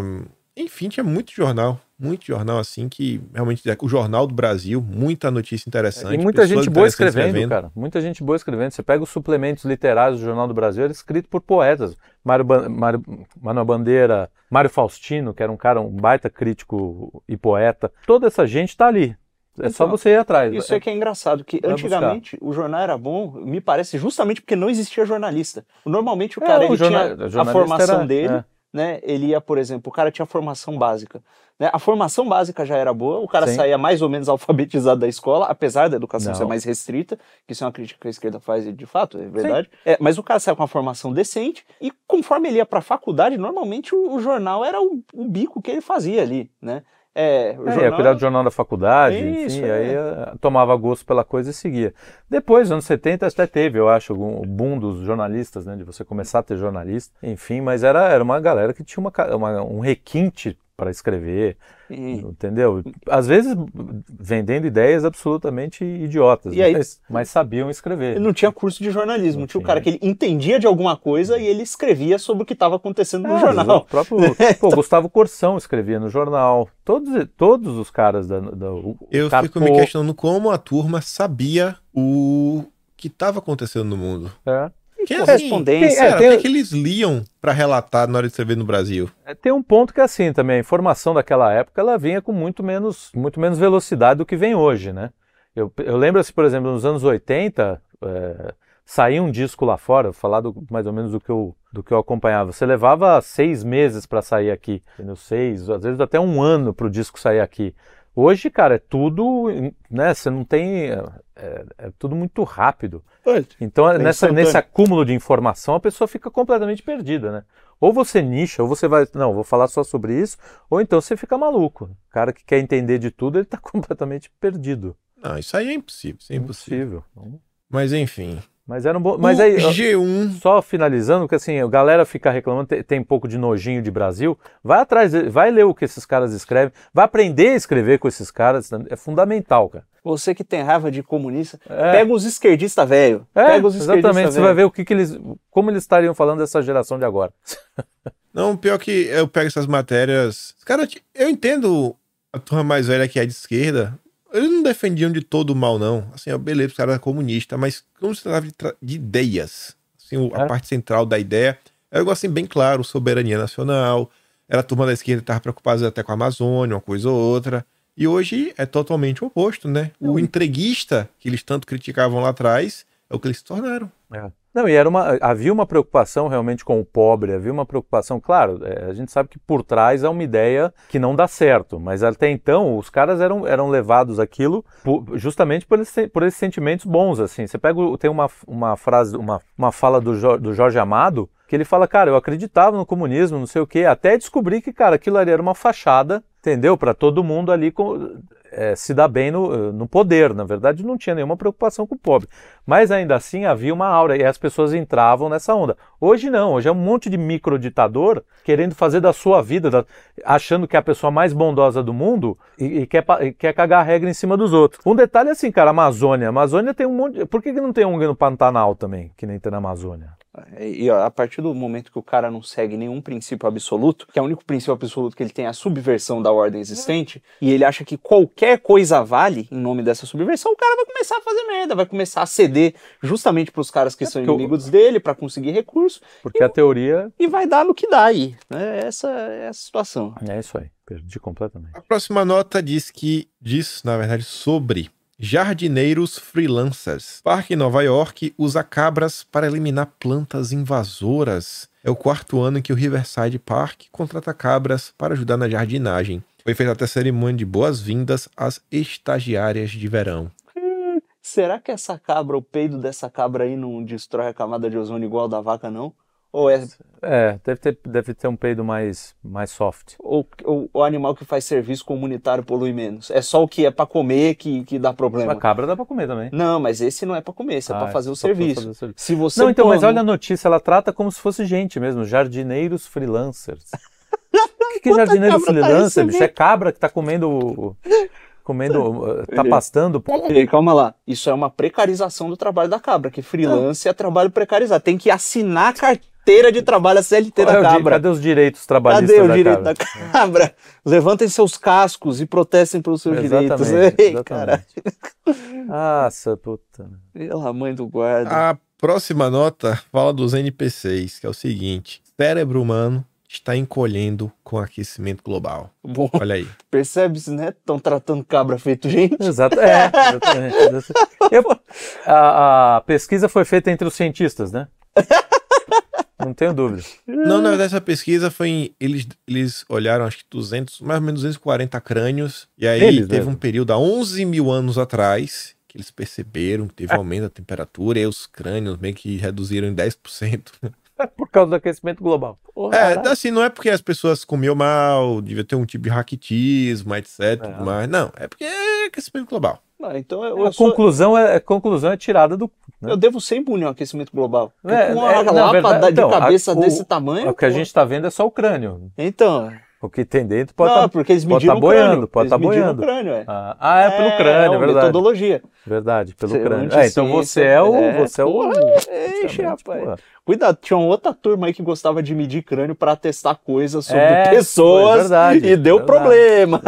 [SPEAKER 1] enfim, tinha muito jornal. Muito jornal, assim, que realmente. O Jornal do Brasil, muita notícia interessante.
[SPEAKER 2] É, E muita
[SPEAKER 1] pessoas
[SPEAKER 2] gente boa
[SPEAKER 1] interessantes
[SPEAKER 2] escrevendo, cara. Muita gente boa escrevendo. Você pega os suplementos literários do Jornal do Brasil, era escrito por poetas. Mário, Ban Mário Manuel Bandeira, Mário Faustino, que era um cara, um baita crítico e poeta. Toda essa gente tá ali. É só
[SPEAKER 3] Então,
[SPEAKER 2] você ir atrás.
[SPEAKER 3] Isso é que é engraçado, que
[SPEAKER 2] Vai
[SPEAKER 3] antigamente o jornal era bom, me parece, justamente porque não existia jornalista. Normalmente o
[SPEAKER 2] É,
[SPEAKER 3] cara
[SPEAKER 2] o
[SPEAKER 3] ele
[SPEAKER 2] jornal- o
[SPEAKER 3] tinha a
[SPEAKER 2] jornalista
[SPEAKER 3] formação
[SPEAKER 2] era-
[SPEAKER 3] dele,
[SPEAKER 2] é.
[SPEAKER 3] né? Ele ia, por exemplo, o cara tinha formação básica. né? A formação básica já era boa, o cara
[SPEAKER 2] Sim.
[SPEAKER 3] saía mais ou menos alfabetizado da escola, apesar da educação
[SPEAKER 2] Não.
[SPEAKER 3] ser mais restrita, que isso é uma crítica que a esquerda faz e, de fato, é verdade. É, mas o cara saía com uma formação decente e conforme ele ia para a faculdade, normalmente o, o jornal era o, o bico que ele fazia ali, né? É, o
[SPEAKER 2] É, ia
[SPEAKER 3] jornal
[SPEAKER 2] cuidar do jornal da faculdade,
[SPEAKER 3] Isso,
[SPEAKER 2] enfim,
[SPEAKER 3] é.
[SPEAKER 2] aí eh, tomava gosto pela coisa e seguia. Depois, nos anos 70, até teve, eu acho, algum- o boom dos jornalistas, né, de você começar a ter jornalista, enfim, mas era, era uma galera que tinha uma ca- uma- um requinte para escrever,
[SPEAKER 3] e-
[SPEAKER 2] entendeu? Às vezes vendendo ideias absolutamente idiotas,
[SPEAKER 3] E aí-
[SPEAKER 2] mas, é. mas sabiam escrever.
[SPEAKER 3] Ele não tinha curso de jornalismo.
[SPEAKER 2] Não
[SPEAKER 3] tinha um
[SPEAKER 2] tinha.
[SPEAKER 3] cara que ele entendia de alguma coisa e ele escrevia sobre o que estava acontecendo no
[SPEAKER 2] É, O
[SPEAKER 3] jornal. <laughs> então.
[SPEAKER 2] próprio pô, Gustavo Corsão escrevia no jornal. Todos, todos os caras da. da o
[SPEAKER 1] Eu fico
[SPEAKER 2] Carpo,
[SPEAKER 1] me questionando como a turma sabia o que estava acontecendo no mundo. assim?
[SPEAKER 2] é.
[SPEAKER 1] Que,
[SPEAKER 3] Correspondência.
[SPEAKER 1] cara,
[SPEAKER 2] É, tem-
[SPEAKER 1] o que, que eles liam pra relatar na hora de escrever no Brasil?
[SPEAKER 2] É, Tem um ponto que é assim também, a informação daquela época ela vinha com muito menos, muito menos velocidade do que vem hoje, né? Eu, eu lembro, assim, por exemplo, nos anos 80, é, saía um disco lá fora, vou falar do- mais ou menos do que eu, do que eu acompanhava. Você levava seis meses para sair aqui, entendeu? seis, às vezes até um ano para o disco sair aqui. Hoje, cara, é tudo, né? Você não tem, é, é- é tudo muito rápido. Então, nessa,
[SPEAKER 3] É instantâneo.
[SPEAKER 2] nesse acúmulo de informação, a pessoa fica completamente perdida, né? Ou você nicha, ou você vai, não, vou falar só sobre isso, ou então você fica maluco. O cara que quer entender de tudo, ele tá <laughs> completamente perdido.
[SPEAKER 1] Não, isso aí é impossível, isso é impossível.
[SPEAKER 2] Então,
[SPEAKER 1] Mas enfim.
[SPEAKER 2] Mas era um bom. Mas
[SPEAKER 1] o
[SPEAKER 2] aí, ó,
[SPEAKER 1] G1
[SPEAKER 2] só finalizando, que assim, a galera fica reclamando, tem, tem um pouco de nojinho de Brasil. Vai atrás, de- vai ler o que esses caras escrevem, vai aprender a escrever com esses caras, né? é fundamental, cara.
[SPEAKER 3] Você que tem raiva de comunista,
[SPEAKER 2] É.
[SPEAKER 3] pega os esquerdistas velho.
[SPEAKER 2] É,
[SPEAKER 3] pega os
[SPEAKER 2] exatamente,
[SPEAKER 3] esquerdistas
[SPEAKER 2] você vai
[SPEAKER 3] velho.
[SPEAKER 2] ver o que, que eles. como eles estariam falando dessa geração de agora.
[SPEAKER 1] Não, pior que eu pego essas matérias. Cara, eu entendo a turma mais velha que é de esquerda. Eles não defendiam de todo o mal, não. Assim, ó, beleza, os caras eram comunistas, mas como se tratava de, tra- de ideias, assim, o- a
[SPEAKER 2] É.
[SPEAKER 1] parte central da ideia era algo assim bem claro, soberania nacional. Era a turma da esquerda que estava preocupada até com a Amazônia, uma coisa ou outra. E hoje é totalmente o oposto, né? O entreguista que eles tanto criticavam lá atrás é o que eles se tornaram.
[SPEAKER 2] Não, e era uma, havia uma preocupação realmente com o pobre, havia uma preocupação, claro, é, a gente sabe que por trás é uma ideia que não dá certo, mas até então os caras eram, eram levados aquilo justamente por, esse- por esses sentimentos bons, assim. Você pega, o- tem uma, uma frase, uma, uma fala do, Jo- do Jorge Amado, que ele fala, cara, eu acreditava no comunismo, não sei o quê, até descobri que, cara, aquilo ali era uma fachada, entendeu? Para todo mundo ali co- é, se dar bem no, no poder. Na verdade, não tinha nenhuma preocupação com o pobre. Mas ainda assim havia uma aura e as pessoas entravam nessa onda. Hoje não, hoje é um monte de microditador querendo fazer da sua vida, da- achando que é a pessoa mais bondosa do mundo e, e quer, pa- e quer cagar a regra em cima dos outros. Um detalhe assim, cara, a Amazônia. A Amazônia tem um monte. Por que, que não tem um no Pantanal também, que nem tem na Amazônia?
[SPEAKER 3] E ó, a partir do momento que o cara não segue nenhum princípio absoluto, que é o único princípio absoluto que ele tem é a subversão da ordem existente, e ele acha que qualquer coisa vale em nome dessa subversão, o cara vai começar a fazer merda, vai começar a ceder justamente para os caras que são
[SPEAKER 2] É porque o-
[SPEAKER 3] inimigos dele para conseguir recurso.
[SPEAKER 2] Porque a teoria.
[SPEAKER 3] e vai dar no que dá aí. né? Essa é a situação.
[SPEAKER 2] É isso aí, perdi completamente.
[SPEAKER 1] A próxima nota diz que diz, na verdade, sobre jardineiros freelancers. Parque em Nova York usa cabras para eliminar plantas invasoras. É o quarto ano em que o Riverside Park contrata cabras para ajudar na jardinagem. Foi feita até cerimônia de boas-vindas às estagiárias de verão.
[SPEAKER 3] Será que essa cabra, o peido dessa cabra aí não destrói a camada de ozônio igual a da vaca, não? Ou, é,
[SPEAKER 2] É, deve ter, deve ter um peido mais, mais soft.
[SPEAKER 3] ou, ou o animal que faz serviço comunitário polui menos? É só o que é pra comer que, que dá
[SPEAKER 2] A
[SPEAKER 3] problema?
[SPEAKER 2] cabra dá pra comer também.
[SPEAKER 3] Não, mas esse não é pra comer, esse é pra
[SPEAKER 2] Ah,
[SPEAKER 3] fazer o
[SPEAKER 2] só pra
[SPEAKER 3] serviço.
[SPEAKER 2] fazer o serviço.
[SPEAKER 3] Se você
[SPEAKER 2] Não, então, mas
[SPEAKER 3] põe-
[SPEAKER 2] olha a notícia, ela trata como se fosse gente mesmo, jardineiros
[SPEAKER 3] <laughs>
[SPEAKER 2] freelancers. O que, que é
[SPEAKER 3] Quanta
[SPEAKER 2] jardineiro
[SPEAKER 3] cabra tá
[SPEAKER 2] freelancer, bicho?
[SPEAKER 3] recebendo?
[SPEAKER 2] É cabra que tá comendo. o-
[SPEAKER 3] <laughs>
[SPEAKER 2] comendo. uh, tá
[SPEAKER 3] Entendi.
[SPEAKER 2] pastando.
[SPEAKER 3] Ei, calma lá. Isso é uma precarização do trabalho da cabra, que freelance é trabalho precarizado. Tem que assinar a carteira de trabalho, a CLT
[SPEAKER 2] Cadê
[SPEAKER 3] da
[SPEAKER 2] é o di-
[SPEAKER 3] cabra.
[SPEAKER 2] Cadê os direitos trabalhistas
[SPEAKER 3] Cadê o
[SPEAKER 2] da
[SPEAKER 3] direito
[SPEAKER 2] cabra?
[SPEAKER 3] da cabra? Levantem seus cascos e protestem pelos seus direitos.
[SPEAKER 2] Exatamente,
[SPEAKER 3] Ei,
[SPEAKER 2] exatamente.
[SPEAKER 3] cara.
[SPEAKER 2] Nossa, puta.
[SPEAKER 3] Pela mãe do guarda.
[SPEAKER 1] A próxima nota fala dos NPCs, que é o seguinte: cérebro humano está encolhendo com aquecimento global.
[SPEAKER 3] Bom,
[SPEAKER 1] Olha aí.
[SPEAKER 3] percebe-se, né? Estão tratando cabra feito gente.
[SPEAKER 2] Exato,
[SPEAKER 3] <laughs>
[SPEAKER 2] é, exatamente. Eu- a, a pesquisa foi feita entre os cientistas,
[SPEAKER 3] <laughs>
[SPEAKER 2] né? Não tenho dúvida.
[SPEAKER 1] Não, na verdade, essa pesquisa foi em. Eles, eles olharam, acho que 200, mais ou menos 240 crânios. E aí
[SPEAKER 2] Eles
[SPEAKER 1] teve
[SPEAKER 2] mesmo.
[SPEAKER 1] um período há 11 mil anos atrás que eles perceberam que
[SPEAKER 2] Ah.
[SPEAKER 1] teve um aumento da temperatura e aí os crânios meio que reduziram em 10%.
[SPEAKER 2] É Por causa do aquecimento global.
[SPEAKER 1] É, assim, não é porque as pessoas comiam mal, devia ter um tipo de raquitismo, etc.
[SPEAKER 2] É.
[SPEAKER 1] Mas não, é porque é aquecimento global.
[SPEAKER 3] Não, então eu,
[SPEAKER 2] A
[SPEAKER 3] eu, sou-
[SPEAKER 2] conclusão é, a conclusão é tirada do. né?
[SPEAKER 3] eu devo ser imune ao aquecimento global. Porque
[SPEAKER 2] É,
[SPEAKER 3] com uma
[SPEAKER 2] é, na
[SPEAKER 3] lapa
[SPEAKER 2] verdade,
[SPEAKER 3] da- de
[SPEAKER 2] então, a-
[SPEAKER 3] cabeça
[SPEAKER 2] o-
[SPEAKER 3] desse tamanho.
[SPEAKER 2] O que a
[SPEAKER 3] pô.
[SPEAKER 2] gente está vendo é só o crânio.
[SPEAKER 3] Então,
[SPEAKER 2] O que tem dentro pode
[SPEAKER 3] não,
[SPEAKER 2] estar.
[SPEAKER 3] é porque eles
[SPEAKER 2] pode
[SPEAKER 3] mediram
[SPEAKER 2] tá
[SPEAKER 3] o crânio.
[SPEAKER 2] boiando, pode
[SPEAKER 3] eles
[SPEAKER 2] tá
[SPEAKER 3] mediram o
[SPEAKER 2] boiando.
[SPEAKER 3] crânio, é.
[SPEAKER 2] Ah, é pelo crânio, é,
[SPEAKER 3] uma
[SPEAKER 2] verdade.
[SPEAKER 3] metodologia.
[SPEAKER 2] Verdade, pelo
[SPEAKER 3] Você é um
[SPEAKER 2] crânio. É, então
[SPEAKER 3] anti-ciência.
[SPEAKER 2] você é o.
[SPEAKER 3] É,
[SPEAKER 2] você é o.
[SPEAKER 3] porra,
[SPEAKER 2] Exatamente,
[SPEAKER 3] rapaz.
[SPEAKER 2] porra.
[SPEAKER 3] Cuidado, tinha uma outra turma aí que gostava de medir crânio para testar coisas sobre
[SPEAKER 2] É,
[SPEAKER 3] pessoas
[SPEAKER 2] foi verdade,
[SPEAKER 3] e deu
[SPEAKER 2] verdade. <laughs>
[SPEAKER 3] problema.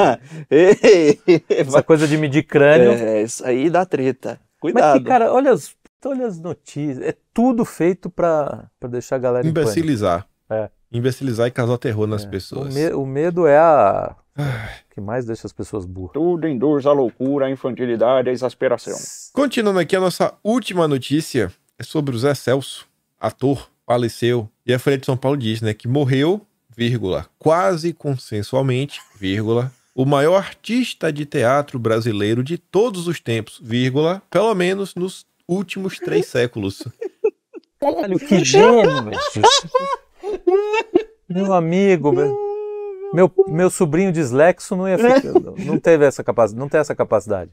[SPEAKER 3] Ei,
[SPEAKER 2] Essa coisa de medir crânio.
[SPEAKER 3] é, isso aí dá treta.
[SPEAKER 2] Mas
[SPEAKER 3] Cuidado.
[SPEAKER 2] que, cara, olha as, olha as notícias. É tudo feito pra, pra deixar a galera em pânico.
[SPEAKER 1] Imbecilizar.
[SPEAKER 2] É.
[SPEAKER 1] Imbecilizar e causar terror nas
[SPEAKER 2] O,
[SPEAKER 1] pessoas.
[SPEAKER 2] me- o medo é a. que mais deixa as pessoas burras.
[SPEAKER 3] Tudo induz à loucura, à infantilidade, à exasperação.
[SPEAKER 1] Continuando aqui, a nossa última notícia é sobre o Zé Celso, ator, faleceu. E a Folha de São Paulo diz, né, que morreu, vírgula, quase consensualmente, vírgula, o maior artista de teatro brasileiro de todos os tempos, vírgula, pelo menos nos últimos três séculos.
[SPEAKER 2] Caralho, que gênio, velho. Meu amigo, meu, meu, meu sobrinho dislexo não ia ficar, não teve essa capacidade, não tem essa capacidade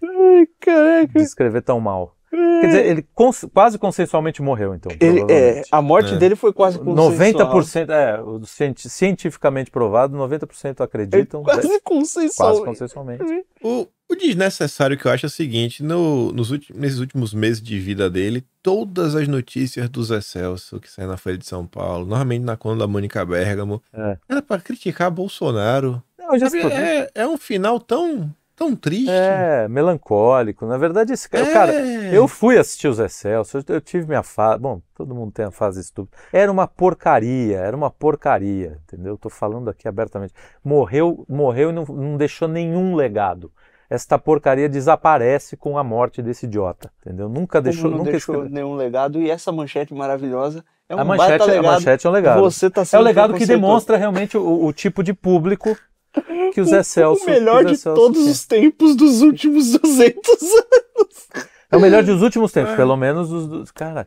[SPEAKER 3] Caraca.
[SPEAKER 2] de escrever tão mal. Quer dizer, ele cons- quase consensualmente morreu, então.
[SPEAKER 3] Ele, é,
[SPEAKER 2] provavelmente.
[SPEAKER 3] a morte
[SPEAKER 1] É.
[SPEAKER 3] dele foi quase consensual.
[SPEAKER 2] 90%, é, o cienti- cientificamente provado, 90%
[SPEAKER 3] É
[SPEAKER 2] acreditam.
[SPEAKER 3] quase
[SPEAKER 2] Quase
[SPEAKER 3] consensual.
[SPEAKER 2] consensualmente.
[SPEAKER 1] O, o desnecessário que eu acho é o seguinte: no- nos últimos, nesses últimos meses de vida dele, todas as notícias do Zé Celso que saem na Folha de São Paulo, normalmente na coluna da Mônica Bergamo,
[SPEAKER 2] É.
[SPEAKER 1] era pra criticar Bolsonaro.
[SPEAKER 2] Não, já se
[SPEAKER 1] Sabe, é, é um final tão, tão triste.
[SPEAKER 2] É, melancólico. Na verdade, esse cara. Cara,
[SPEAKER 1] É.
[SPEAKER 2] eu fui assistir os Zé Celso, eu- eu tive minha fase. Bom, todo mundo tem a fase estúpida. Era uma porcaria, era uma porcaria, entendeu? Tô falando aqui abertamente. Morreu, morreu e não, não deixou nenhum legado. Esta porcaria desaparece com a morte desse idiota, entendeu? Nunca
[SPEAKER 3] Como
[SPEAKER 2] deixou,
[SPEAKER 3] não
[SPEAKER 2] nunca
[SPEAKER 3] deixou
[SPEAKER 2] escreveu.
[SPEAKER 3] nenhum legado. E essa manchete maravilhosa é um
[SPEAKER 2] a manchete,
[SPEAKER 3] baita
[SPEAKER 2] a
[SPEAKER 3] legado.
[SPEAKER 2] manchete é um legado.
[SPEAKER 3] Você tá
[SPEAKER 2] É o
[SPEAKER 3] sendo
[SPEAKER 2] legado que
[SPEAKER 3] preconceituoso.
[SPEAKER 2] demonstra realmente o, o tipo de público que o
[SPEAKER 3] <laughs> O-
[SPEAKER 2] Zé Celso.
[SPEAKER 3] O
[SPEAKER 2] que
[SPEAKER 3] melhor
[SPEAKER 2] o Zé
[SPEAKER 3] de
[SPEAKER 2] Celso
[SPEAKER 3] todos
[SPEAKER 2] tem.
[SPEAKER 3] os tempos dos últimos <laughs> 200 anos.
[SPEAKER 2] É o melhor dos últimos tempos,
[SPEAKER 1] É.
[SPEAKER 2] pelo menos os dos. Cara,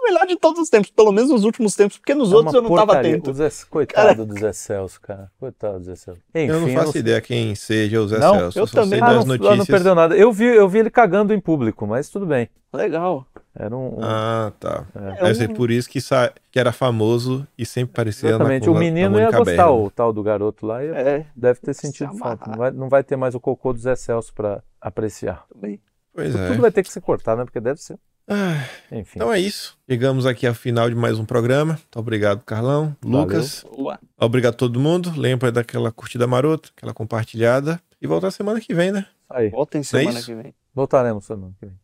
[SPEAKER 3] O melhor de todos os tempos, pelo menos nos últimos tempos, porque nos
[SPEAKER 2] é
[SPEAKER 3] outros
[SPEAKER 2] uma
[SPEAKER 3] eu não tava
[SPEAKER 2] porcaria.
[SPEAKER 3] atento.
[SPEAKER 2] O Zé- coitado do Zé Celso, cara. Coitado do Zé Celso. Enfim,
[SPEAKER 1] eu não faço
[SPEAKER 2] sei-
[SPEAKER 1] ideia quem seja o Zé
[SPEAKER 2] Não,
[SPEAKER 1] Celso.
[SPEAKER 3] eu
[SPEAKER 1] só sei
[SPEAKER 3] também-
[SPEAKER 2] Ah,
[SPEAKER 1] das
[SPEAKER 2] não,
[SPEAKER 1] notícias.
[SPEAKER 2] não perdeu nada. Eu vi, eu vi ele cagando em público, mas tudo bem.
[SPEAKER 3] Legal.
[SPEAKER 2] Era um. um-
[SPEAKER 1] Ah, tá.
[SPEAKER 2] É.
[SPEAKER 1] Deve ser por isso que, sa- que era famoso e sempre parecia na
[SPEAKER 2] Exatamente. O
[SPEAKER 1] coluna da
[SPEAKER 2] menino ia
[SPEAKER 1] Mônica
[SPEAKER 2] gostar,
[SPEAKER 1] Bergamo.
[SPEAKER 2] o tal do garoto lá, e
[SPEAKER 3] É,
[SPEAKER 2] deve ter
[SPEAKER 3] Se
[SPEAKER 2] sentido
[SPEAKER 3] amarrar.
[SPEAKER 2] falta. Não vai, não vai ter mais o cocô do Zé Celso pra apreciar.
[SPEAKER 3] também.
[SPEAKER 1] Pois é.
[SPEAKER 2] Tudo vai ter que ser cortado, né? Porque deve ser.
[SPEAKER 1] Ah,
[SPEAKER 2] Enfim.
[SPEAKER 1] então é isso. Chegamos aqui ao final de mais um programa. Muito obrigado, Carlão, Lucas.
[SPEAKER 3] Boa.
[SPEAKER 1] Obrigado a todo mundo. Lembra daquela curtida marota, aquela compartilhada. E voltar semana que vem, né?
[SPEAKER 2] Aí.
[SPEAKER 3] Voltem semana
[SPEAKER 1] isso?
[SPEAKER 3] que vem.
[SPEAKER 2] Voltaremos semana que vem.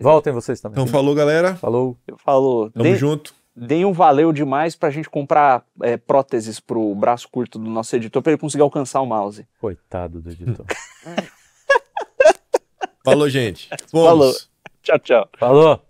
[SPEAKER 2] Voltem vocês também.
[SPEAKER 1] Então falou, galera.
[SPEAKER 2] Falou.
[SPEAKER 3] Eu falo,
[SPEAKER 1] Tamo
[SPEAKER 3] dê-
[SPEAKER 1] junto.
[SPEAKER 3] deem um valeu demais pra gente comprar é, próteses pro braço curto do nosso editor pra ele conseguir alcançar o mouse.
[SPEAKER 2] Coitado do editor.
[SPEAKER 1] Falou, gente. Vamos.
[SPEAKER 3] Falou. Tchau, tchau.
[SPEAKER 2] <laughs> Falou.